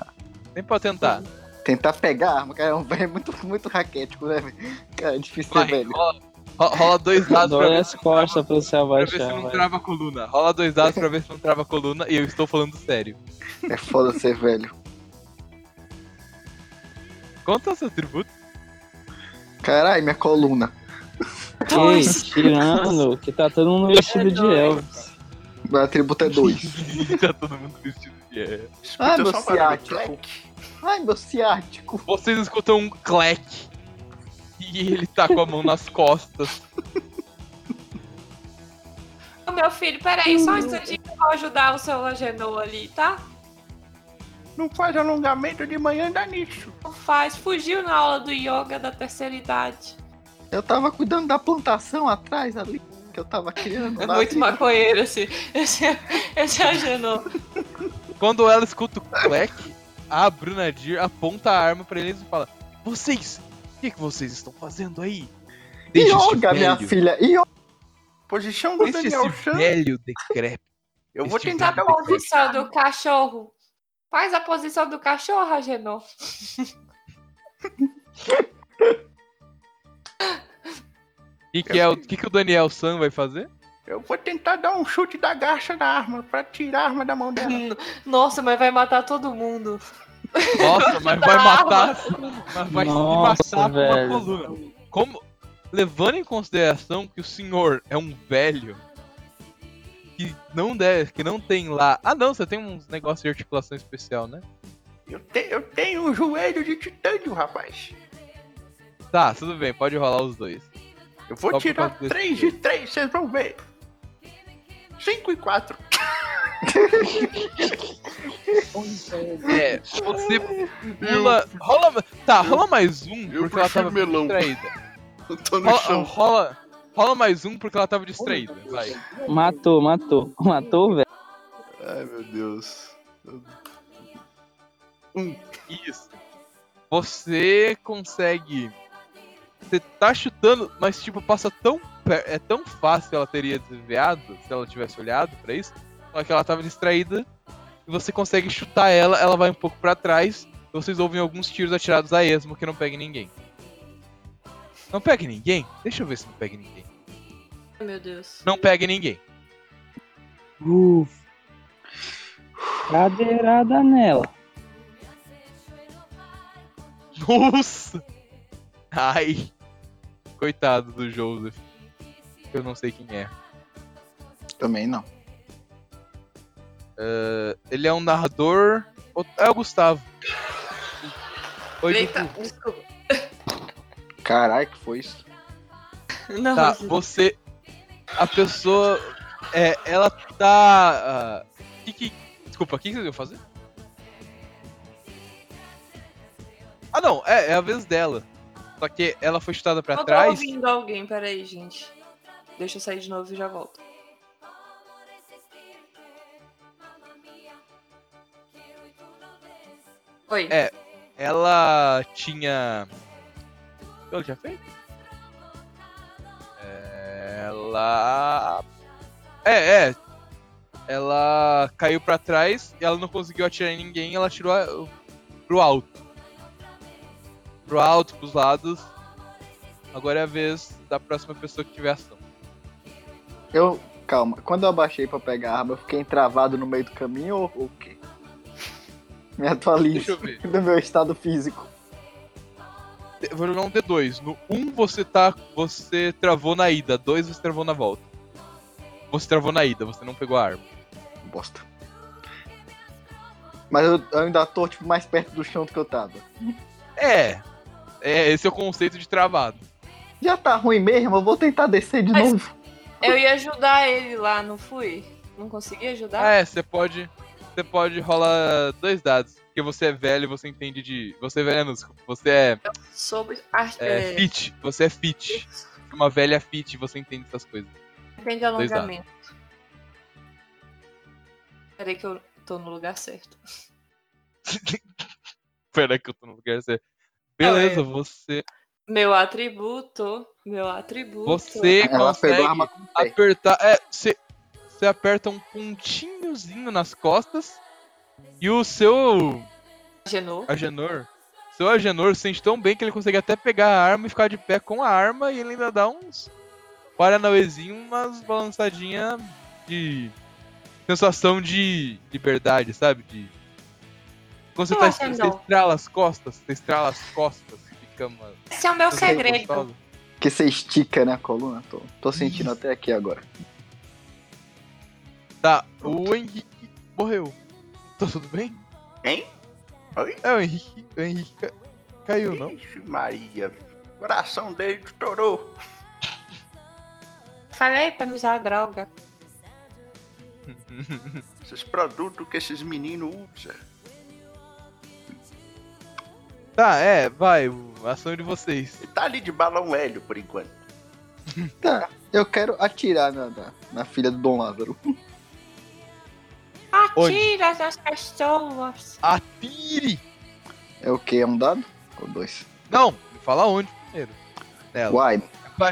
Sempre pode tentar.
Tentar pegar a arma, cara, é um velho muito, muito raquético, né, velho? Cara, é difícil ser
Vai,
velho.
rola, ro- rola dois dados pra
Dói
ver,
as costas pra você
pra ver se
abaixar.
não
vai.
trava a coluna. Rola dois dados pra ver se não trava a coluna e eu estou falando sério.
É foda ser velho.
Conta os atributos.
Caralho, minha coluna.
Ei, tirando, que tá todo mundo vestido de Elvis.
Meu atributo é dois.
tá todo mundo vestido de é.
Ai,
Então,
meu
só para,
tipo.
ciático. Ai, meu ciático.
Vocês escutam um clack. E ele tá com a mão nas costas.
Ô, meu filho, peraí, só um instantinho que eu vou ajudar o seu Langenô ali, tá?
tipo, Não faz alongamento de manhã, dá nisso.
Não faz. Fugiu na aula do yoga da terceira idade.
Eu tava cuidando da plantação atrás ali, que eu tava criando.
É
lá,
muito
assim.
maconheiro esse, esse, esse Langenô.
Quando ela escuta o clack, a Brunadir aponta a arma pra eles e fala: Vocês, o que, que vocês estão fazendo aí? Deixa esse
Yoga, minha
velho-
filha. Yoga.
Posição do
Deixa
Daniel
esse
San.
velho decrépito.
Eu vou
esse
tentar
Da
dar
velho
uma
decrépito.
posição do cachorro. Faz a posição do cachorro, Agenor.
E que é o que, que o Daniel San vai fazer?
Eu vou tentar dar um chute da garça da arma pra tirar a arma da mão dela.
Uhum.
Nossa, mas vai matar todo mundo.
Nossa, mas vai matar. Mas vai se
Nossa,
matar
velho.
com uma coluna. Como. Levando em consideração que o senhor é um velho que não deve, que não tem lá. Ah não, você tem uns negócios de articulação especial, né?
Eu, te- eu tenho um joelho de titânio, rapaz.
Tá, tudo bem, pode rolar os dois.
Eu vou
Só por
tirar
causa desse
3 de
joelho.
3, vocês vão ver. 5 e 4.
É, você pula. Rola. Tá, rola mais um
eu
porque ela
prefiro
tava
melão.
distraída.
Eu tô no
Rola,
chão.
rola, rola mais um porque ela tava distraída. Vai.
Matou, matou. Matou, velho.
Ai, meu Deus.
Isso. Você consegue. Você tá chutando, mas tipo, passa tão. per- É tão fácil ela teria desviado se ela tivesse olhado pra isso. Só que ela tava distraída. E você consegue chutar ela, ela vai um pouco pra trás. e Vocês ouvem alguns tiros atirados a esmo que não pega em ninguém. Não pega em ninguém? Deixa eu ver se não pega em ninguém.
Ai, Meu Deus.
Não pega em ninguém.
Uf. Cadeirada nela.
Nossa! Ai! Coitado do Joseph. Eu não sei quem é.
Também não.
Ele é um narrador. O- É o Gustavo. Oi,
Eita,
Dudu.
desculpa.
Caralho, que foi isso?
Não,
Tá, você. A pessoa. É, ela tá. ah, que que- Desculpa, o que que vocês iam fazer? Ah, não, é, é a vez dela. Só que ela foi chutada pra
eu tô
trás.
ouvindo alguém, peraí, gente. Deixa eu sair de novo e já volto. Oi.
É. Ela tinha. O que ela tinha feito? Ela. É, é. Ela caiu pra trás e ela não conseguiu atirar em ninguém, ela atirou a- pro alto. Pro alto, pros lados. Agora é a vez da próxima pessoa que tiver ação.
Eu. Calma, quando eu abaixei pra pegar a arma, eu fiquei travado no meio do caminho ou ou o quê? Me
Deixa
atualize
eu ver.
do meu estado físico.
Eu Vou jogar um D2. No 1 você tá. Você travou na ida, 2 você travou na volta. Você travou na ida, você não pegou a arma.
Bosta. Mas eu, eu ainda tô, tipo, mais perto do chão do que eu tava.
É. É, esse é o conceito de travado.
Já tá ruim mesmo, eu vou tentar descer de
Mas-
novo.
Eu ia ajudar ele lá, não fui? Não consegui
Ah,
ajudar?
é, você pode. Você pode rolar dois dados. Porque você é velho, você entende de. Você é velho, não, desculpa. Você é,
Sobre arte.
é,
É,
fit. Você é fit. Uma velha fit, você entende essas coisas.
tem de alongamento. Peraí que eu tô no lugar certo.
Pera que eu tô no lugar certo.
Não, é-
Beleza, você.
Meu atributo. Meu atributo.
Você
Ela
consegue
pegou a arma com o pé.
apertar. É, você. Você aperta um pontinhozinho nas costas. E o seu
Agenor.
Agenor. Seu Agenor sente tão bem que ele consegue até pegar a arma e ficar de pé com a arma e ele ainda dá uns paranauezinho, umas balançadinha de sensação de liberdade, sabe? De Quando você
Eu
tá
acho é
você
legal.
estrala as costas, você estrala as costas, fica uma.
Esse é o meu
coisa
segredo.
gostosa.
Que você estica, né, a coluna? Tô, tô sentindo até aqui agora.
Tá, o Henrique morreu. Tá tudo bem?
Hein? Oi?
É, o Henrique, o Henrique ca- caiu, não?
Ixi, Maria. Coração dele estourou.
Falei pra não usar droga.
Esses produtos que esses meninos usam.
Tá, é, vai, o- ação é de vocês.
Ele tá ali de balão hélio por enquanto.
Tá, eu quero atirar na, na, na filha do Dom Lázaro.
Atira nas pessoas.
Atire!
É o que? É um dado? Ou dois?
Não, me fala onde primeiro. Nela.
Uai,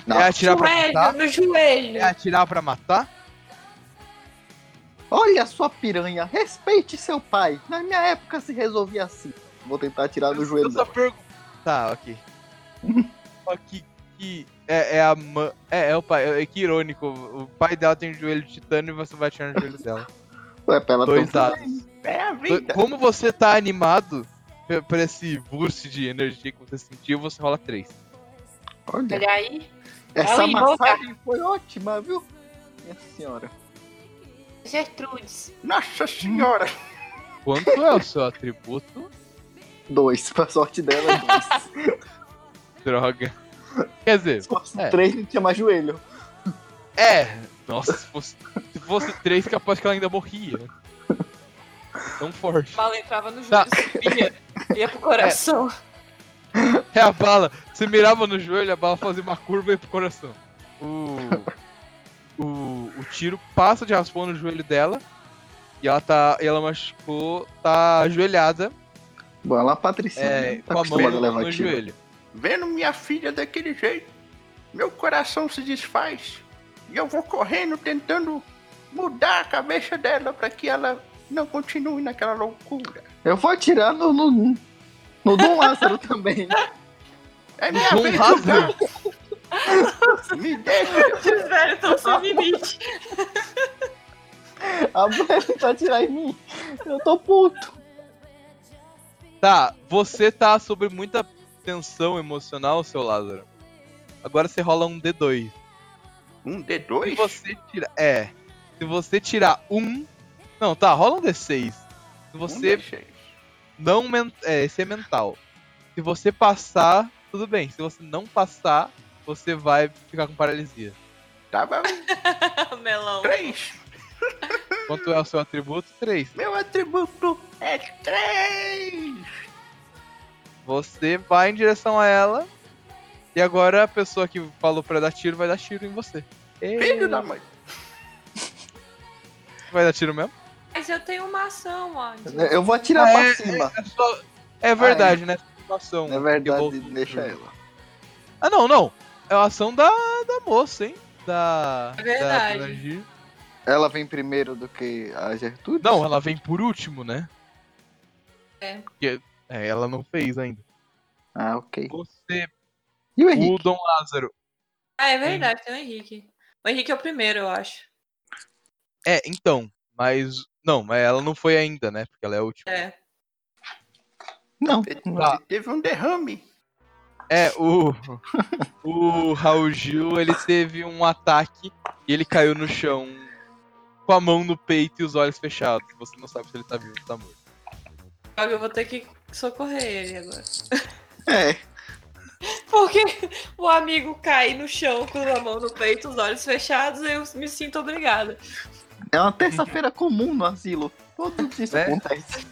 não.
É atirar pra
Joelho,
matar?
no joelho.
É atirar pra matar?
olha sua piranha, respeite seu pai. Na minha época se resolvia assim. Vou tentar atirar no joelho
Eu só
dela.
pergunto. Tá, ok. Só que. que é, é a mãe. É, é o pai. É que irônico. O pai dela tem um joelho de titânio e você vai atirar no joelho dela.
Ué, pra ela
Dois
ter um-
dados.
É a
Do-
vida.
Como você tá animado pe- por esse burst de energia que você sentiu, você rola 3. então.
Olha,
Olha aí.
essa
é
ela invoca.
massagem foi ótima, viu? Minha senhora.
Gertrudes.
Nossa senhora.
Quanto é o seu atributo?
Dois, pra sorte dela, dois.
Droga. Quer dizer,
Se fosse
É.
três, não tinha mais joelho.
é. Nossa, se fosse, se fosse 3, capaz que ela ainda morria. Tão forte.
Bala entrava no
Tá.
joelho, subia.
Ah.
Ia pro coração.
É a bala. Você mirava no joelho, a bala fazia uma curva e ia pro coração. O, o, o tiro passa de raspão no joelho dela. E ela tá. e Ela machucou. Tá ajoelhada.
Bom, ela é uma patricinha,
é,
né? tá
com a
acostumada
mão
levar
no
tiro.
joelho.
Vendo minha filha daquele jeito, meu coração se desfaz. E eu vou correndo tentando mudar a cabeça dela para que ela não continue naquela loucura.
Eu vou atirar no, no, no Dom Lázaro também.
É minha
Dom
vez.
Lázaro?
tá? Me deixa.
Os velhos tão sem limite.
A mulher tentou atirar em mim. Eu tô puto.
Tá, você tá sobre muita tensão emocional, seu Lázaro. Agora você rola um D2.
Um
Se
D2?
você tirar. É. Se você tirar um. Não, tá, rola um D6. Se você
Um D6.
não. men- É, esse é mental. Se você passar, tudo bem. Se você não passar, você vai ficar com paralisia.
Tava
É.
um
Melão.
3.
Quanto é o seu atributo? 3.
Meu atributo é 3.
Você vai em direção a ela. E agora a pessoa que falou pra dar tiro vai dar tiro em você.
Filho da mãe.
Vai dar tiro mesmo?
Mas eu tenho uma ação, ó.
Eu vou atirar
Ah,
pra
é,
cima.
É, só- é verdade, né? Ação
Na
que
verdade,
voltou.
deixa ela.
Ah, não, não. É a ação da, da moça, hein? Da.
É verdade.
da Dona Gi.
Ela vem primeiro do que a Gertrude?
não, ela vem por último, né?
É.
Porque, é, ela não fez ainda.
Ah, ok.
Você,
E o Henrique?
o Dom Lázaro.
Ah, é verdade, tem o Henrique. O Henrique é o primeiro, eu acho.
É, então. Mas. Não, mas ela não foi ainda, né? Porque ela é a última.
É.
Não.
Tá.
Teve um derrame.
É, o. O Raul Gil, ele teve um ataque e ele caiu no chão com a mão no peito e os olhos fechados. Você não sabe se ele tá vivo ou se tá morto.
Gabi, eu vou ter que socorrer ele agora.
É.
Porque o amigo cai no chão com a mão no peito, os olhos fechados, eu me sinto obrigada.
É uma terça-feira comum no asilo. Todo dia isso
É.
acontece.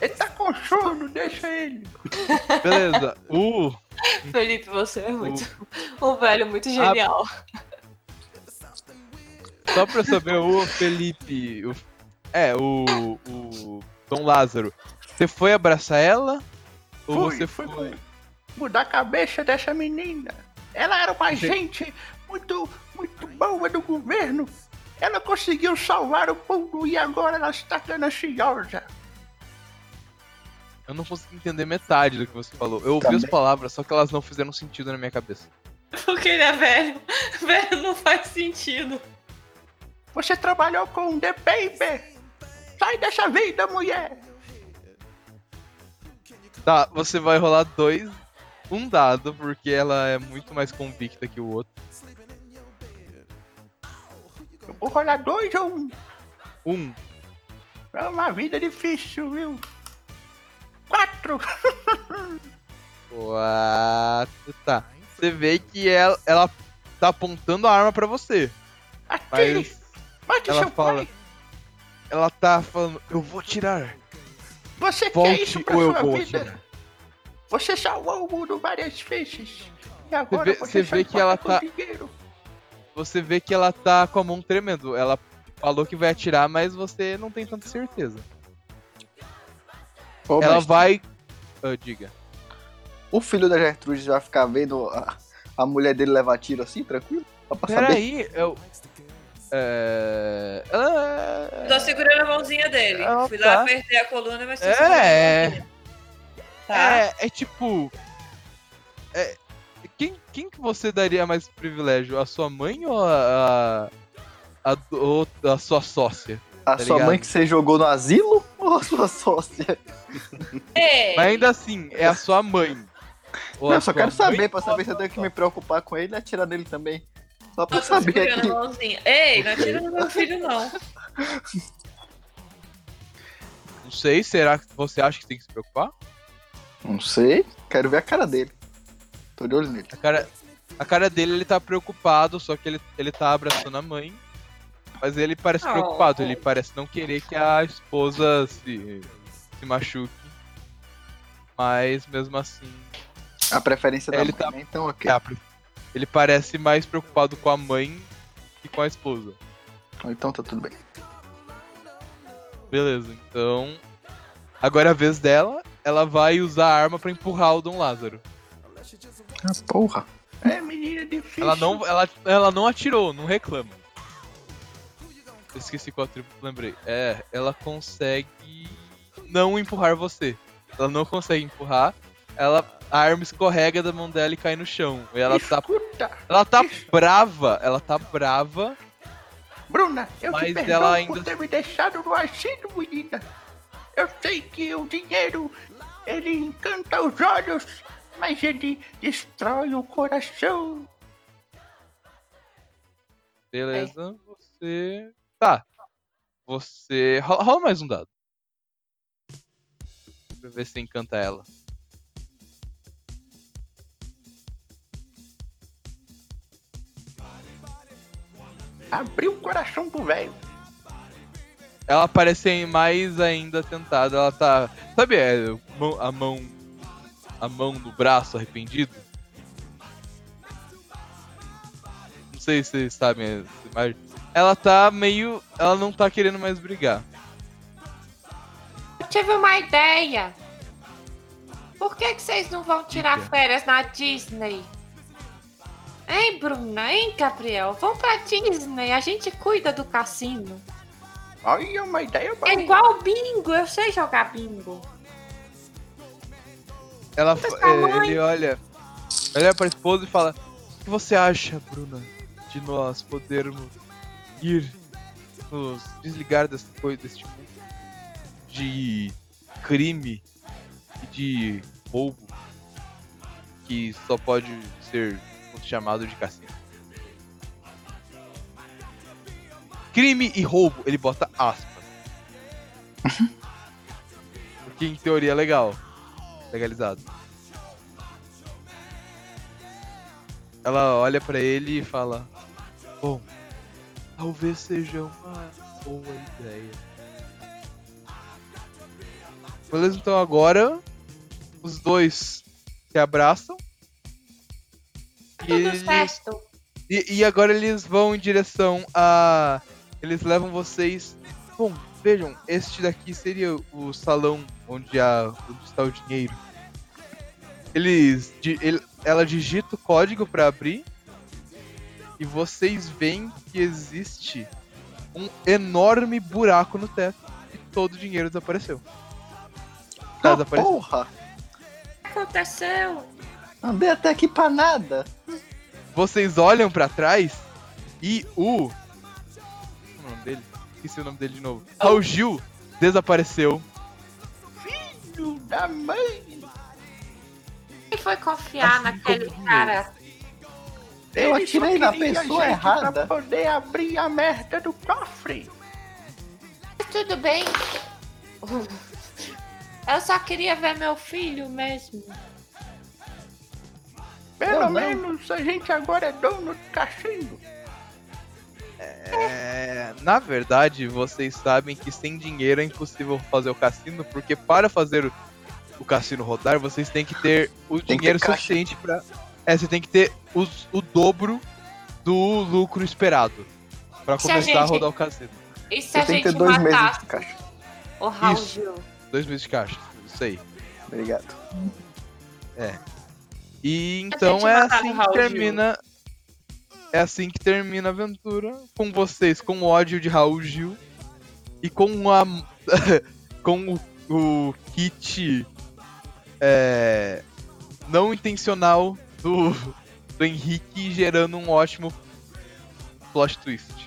Ele tá com sono, deixa ele.
Beleza. O. Hum.
Felipe, você é muito. Um velho
Ah,
muito genial.
Só pra saber, o Felipe. o- é, o. O. Dom Lázaro. Você foi abraçar ela? Ou
Fui,
você
fui,
foi.
fui. Mudar a cabeça dessa menina. Ela era uma gente muito, muito boa do governo. Ela conseguiu salvar o povo e agora ela está gananciosa.
Eu não consegui entender metade do que você falou. Eu ouvi as palavras, só que elas não fizeram sentido na minha cabeça.
Porque ele é velho. Velho não faz sentido.
Você trabalhou com The Paper. Sai dessa vida, mulher.
Tá, você vai rolar dois. Um dado, porque ela é muito mais convicta que o outro.
Eu vou rolar dois ou um.
Um.
É uma vida difícil, viu? Quatro!
Quatro. Tá. Você vê que ela, ela tá apontando a arma pra você.
Atire!
Mas
Mate
ela
seu
fala.
pai!
Ela tá falando, eu vou tirar.
Você quer
Volte
isso pra
ou eu
sua
vou
vida?
tirar.
Você salvou o mundo várias vezes. E agora
vê- você
você
vê
só
que ela
fala
tá-
com dinheiro.
Você vê que ela tá com a mão tremendo. Ela falou que vai atirar, mas você não tem tanta certeza.
Ô,
ela
mestre,
vai. Ah, diga.
O filho da Gertrude vai ficar vendo a, a mulher dele levar tiro assim, tranquilo? Só pra saber.
Peraí, eu. É. Ela.
Tô segurando a mãozinha dele.
Ah,
Fui
tá.
lá, apertei a coluna, mas tô segurando a
É.
mãozinha. Tá.
É, é tipo. É, quem, quem que você daria mais privilégio? A sua mãe ou a. A, a, do- ou a sua sócia?
A
tá
sua
ligado?
mãe que você jogou no asilo ou a sua sócia?
Ei,
Mas ainda assim, é a sua mãe. Ou
Não,
a
eu só
sua
quero
mãe
saber, pra
ou a
saber se eu
sua
tenho que me preocupar com ele e atirar nele também. Só pra
eu tô
saber
segurando
aqui.
a mãozinha. Ei, não atira no meu filho, não.
sócia? Não sei, será que você acha que tem que se preocupar?
Não sei, quero ver a cara dele. Tô de olho nele.
A cara, a cara dele, ele tá preocupado, só que ele, ele tá abraçando a mãe. Mas ele parece
Oh.
preocupado, ele parece não querer que a esposa se, se machuque. Mas mesmo assim,
A preferência da
Ele
mãe,
tá-
né? Então, ok.
Caprio. Ele parece mais preocupado com a mãe que com a esposa.
Então tá tudo bem.
Beleza, então. Agora é a vez dela, ela vai usar a arma pra empurrar o Dom Lázaro.
Ah, porra.
É menina difícil.
Ela não, ela, ela não atirou, não reclama. Eu Esqueci qual atributo, lembrei. É, ela consegue não empurrar você. Ela não consegue empurrar. Ela, a arma escorrega da mão dela e cai no chão. E ela tá,
Escuta,
ela tá brava, ela tá brava.
Bruna, eu te
Mas
perdoo
ela
por
ainda-
ter me deixado no asilo, menina. Eu sei que o dinheiro, ele encanta os olhos, mas ele destrói o coração.
Beleza, você. Tá. Você. Rola, rola mais um dado. Pra ver se encanta ela.
Abriu o coração do velho.
Ela parece mais ainda tentada. Ela tá. Sabe é, mão- a mão. A mão do braço arrependido? Não sei se vocês sabem essa imagem. Ela tá meio. Ela não tá querendo mais brigar.
Eu tive uma ideia. Por que, que vocês não vão tirar
Diga.
férias na Disney? Hein, Bruna? Hein, Gabriel? Vão pra Disney, a gente cuida do cassino.
Olha uma ideia boa.
É igual bingo, eu sei jogar bingo.
Ela,
Mas
fa-
sua
é,
mãe-
ele olha, olha pra esposa e fala: O que você acha, Bruna, de nós podermos ir nos desligar dessa coisa, desse tipo de crime e de roubo que só pode ser chamado de cassino? Crime e roubo, ele bota aspas. Porque em teoria é legal. Legalizado. Ela olha pra ele e fala: Bom, talvez seja uma boa ideia. Beleza, então agora os dois se abraçam. E,
Tá Tudo
eles-
certo.
e- e agora eles vão em direção a. Eles levam vocês. Bom, vejam, este daqui seria o salão onde, a, onde está o dinheiro. Eles. di- ele- ela digita o código para abrir. E vocês veem que existe um enorme buraco no teto. E todo o dinheiro desapareceu. Tá,
Ah,
desapareceu.
porra!
O que aconteceu?
Andei até aqui pra nada.
vocês olham pra trás e o. Como é o nome dele? Esqueci o nome dele de novo. Raul Gil desapareceu.
Filho da mãe.
Quem foi confiar naquele cara?
Eu
Ele só
atirei na
queria
pessoa
gente
errada.
Pra poder abrir a merda do cofre.
Mas Tudo bem. Eu só queria ver meu filho mesmo.
Pelo
Não, não.
menos a gente agora é dono do cachimbo.
É, na verdade, vocês sabem que sem dinheiro é impossível fazer o cassino, porque para fazer o, o cassino rodar, vocês têm que ter o
que ter
dinheiro
caixa.
suficiente pra. É, você tem que ter os- o dobro do lucro esperado pra
Se a
começar a,
gente-
rodar o cassino.
E se a
Você tem que
gente
ter dois meses
matasse
de caixa.
o Raul
Isso.
Gil?
Dois meses de caixa, isso aí.
Obrigado.
E então
gente
é
matava o
assim que
Raul Gil.
termina. É assim que termina a aventura. Com vocês, com o ódio de Raul Gil. E com a. com o, o kit. é, não intencional do, do Henrique gerando um ótimo plot twist.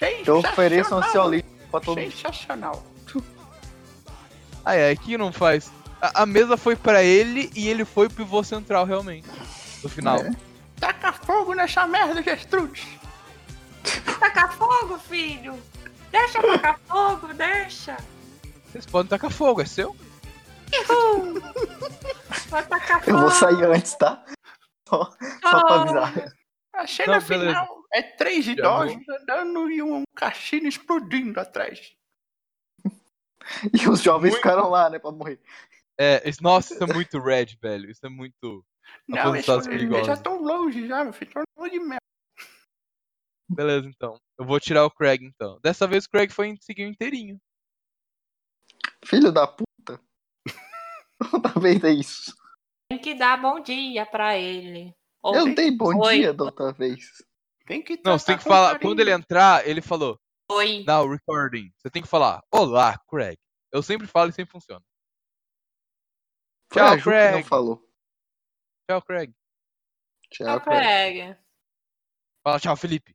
Eu
Então
tá
ofereço um
Sensacional.
ansiolítico pra todo mundo.
Sensacional.
Ah, é, aqui não faz. A, a mesa foi pra ele e ele foi pro vô central, realmente. No final.
É.
Taca fogo nessa merda, Gertrudes.
Tacar fogo, filho! Deixa tacar fogo, deixa!
Vocês podem tacar fogo, é seu?
Uhul. Vou tacar fogo!
Eu vou sair antes, tá? Só pra avisar.
A cena
Não, beleza.
final é três idosos andando e um caixinho explodindo atrás.
E os jovens
Muito.
ficaram lá, né, pra morrer.
É, isso- nossa, isso é muito red, velho. Isso é muito.
Não, eles,
Aposentados
eles
perigosos.
já estão longe já, meu filho. Estão longe de merda.
Beleza, então. Eu vou tirar o Craig, então. Dessa vez o Craig foi seguiu inteirinho.
Filho da puta. Outra vez é isso.
Tem que dar bom dia pra ele. Ou
Eu dei bom
Oi.
dia da outra vez.
Tem que
Não,
tratar
você tem que
Então tá com
falar.
carinho.
Quando ele entrar, ele falou,
oi.
now recording. Você tem que falar, olá, Craig. Eu sempre falo e sempre funciona.
Foi
Tchau,
a Ju que não
Craig.
falou.
Tchau, Craig.
Tchau,
Tchau,
Craig.
Craig.
Fala, tchau, Felipe.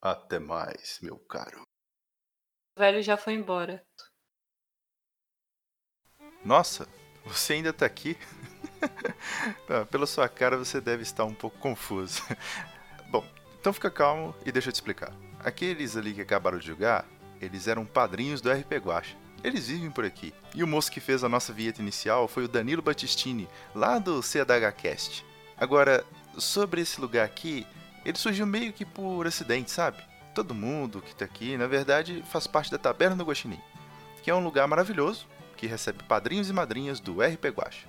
Até mais, meu caro.
O velho já foi embora.
Nossa, você ainda tá aqui? Ah, Pela sua cara, você deve estar um pouco confuso. Bom, então fica calmo e deixa eu te explicar. Aqueles ali que acabaram de jogar, eles eram padrinhos do RP Guacha. Eles vivem por aqui. E o moço que fez a nossa vinheta inicial foi o Danilo Battistini, lá do CDHcast. Agora, sobre esse lugar aqui, ele surgiu meio que por acidente, sabe? Todo mundo que tá aqui, na verdade, faz parte da Taberna do Guaxinim, que é um lugar maravilhoso que recebe padrinhos e madrinhas do RP Guacha.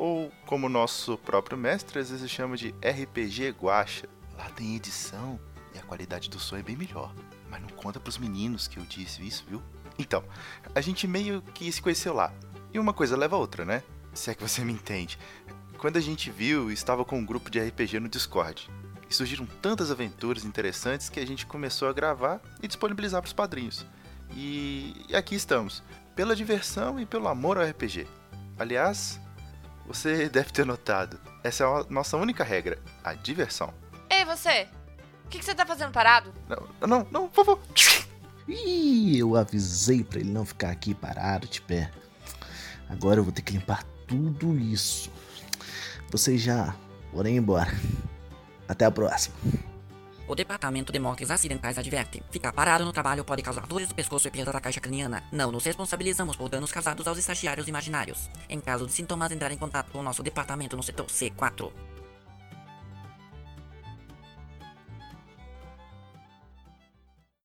Ou, como o nosso próprio mestre às vezes chama de RPG Guacha. Lá tem edição e a qualidade do som é bem melhor. Mas não conta pros meninos que eu disse isso, viu? Então, a gente meio que se conheceu lá. E uma coisa leva a outra, né? Se é que você me entende. Quando a gente viu, estava com um grupo de RPG no Discord. E surgiram tantas aventuras interessantes que a gente começou a gravar e disponibilizar pros padrinhos. E e aqui estamos pela diversão e pelo amor ao RPG. Aliás, você deve ter notado, essa é a nossa única regra, a diversão.
Ei, você! O que, que você tá fazendo parado?
Não, não, não, por favor.
Ih, eu avisei pra ele não ficar aqui parado de pé. Agora eu vou ter que limpar tudo isso. Vocês já porém embora. Até a próxima.
O Departamento de Mortes Acidentais adverte: ficar parado no trabalho pode causar dores do pescoço e perda da caixa craniana. Não nos responsabilizamos por danos causados aos estagiários imaginários. Em caso de sintomas, entrar em contato com o nosso departamento no setor C4.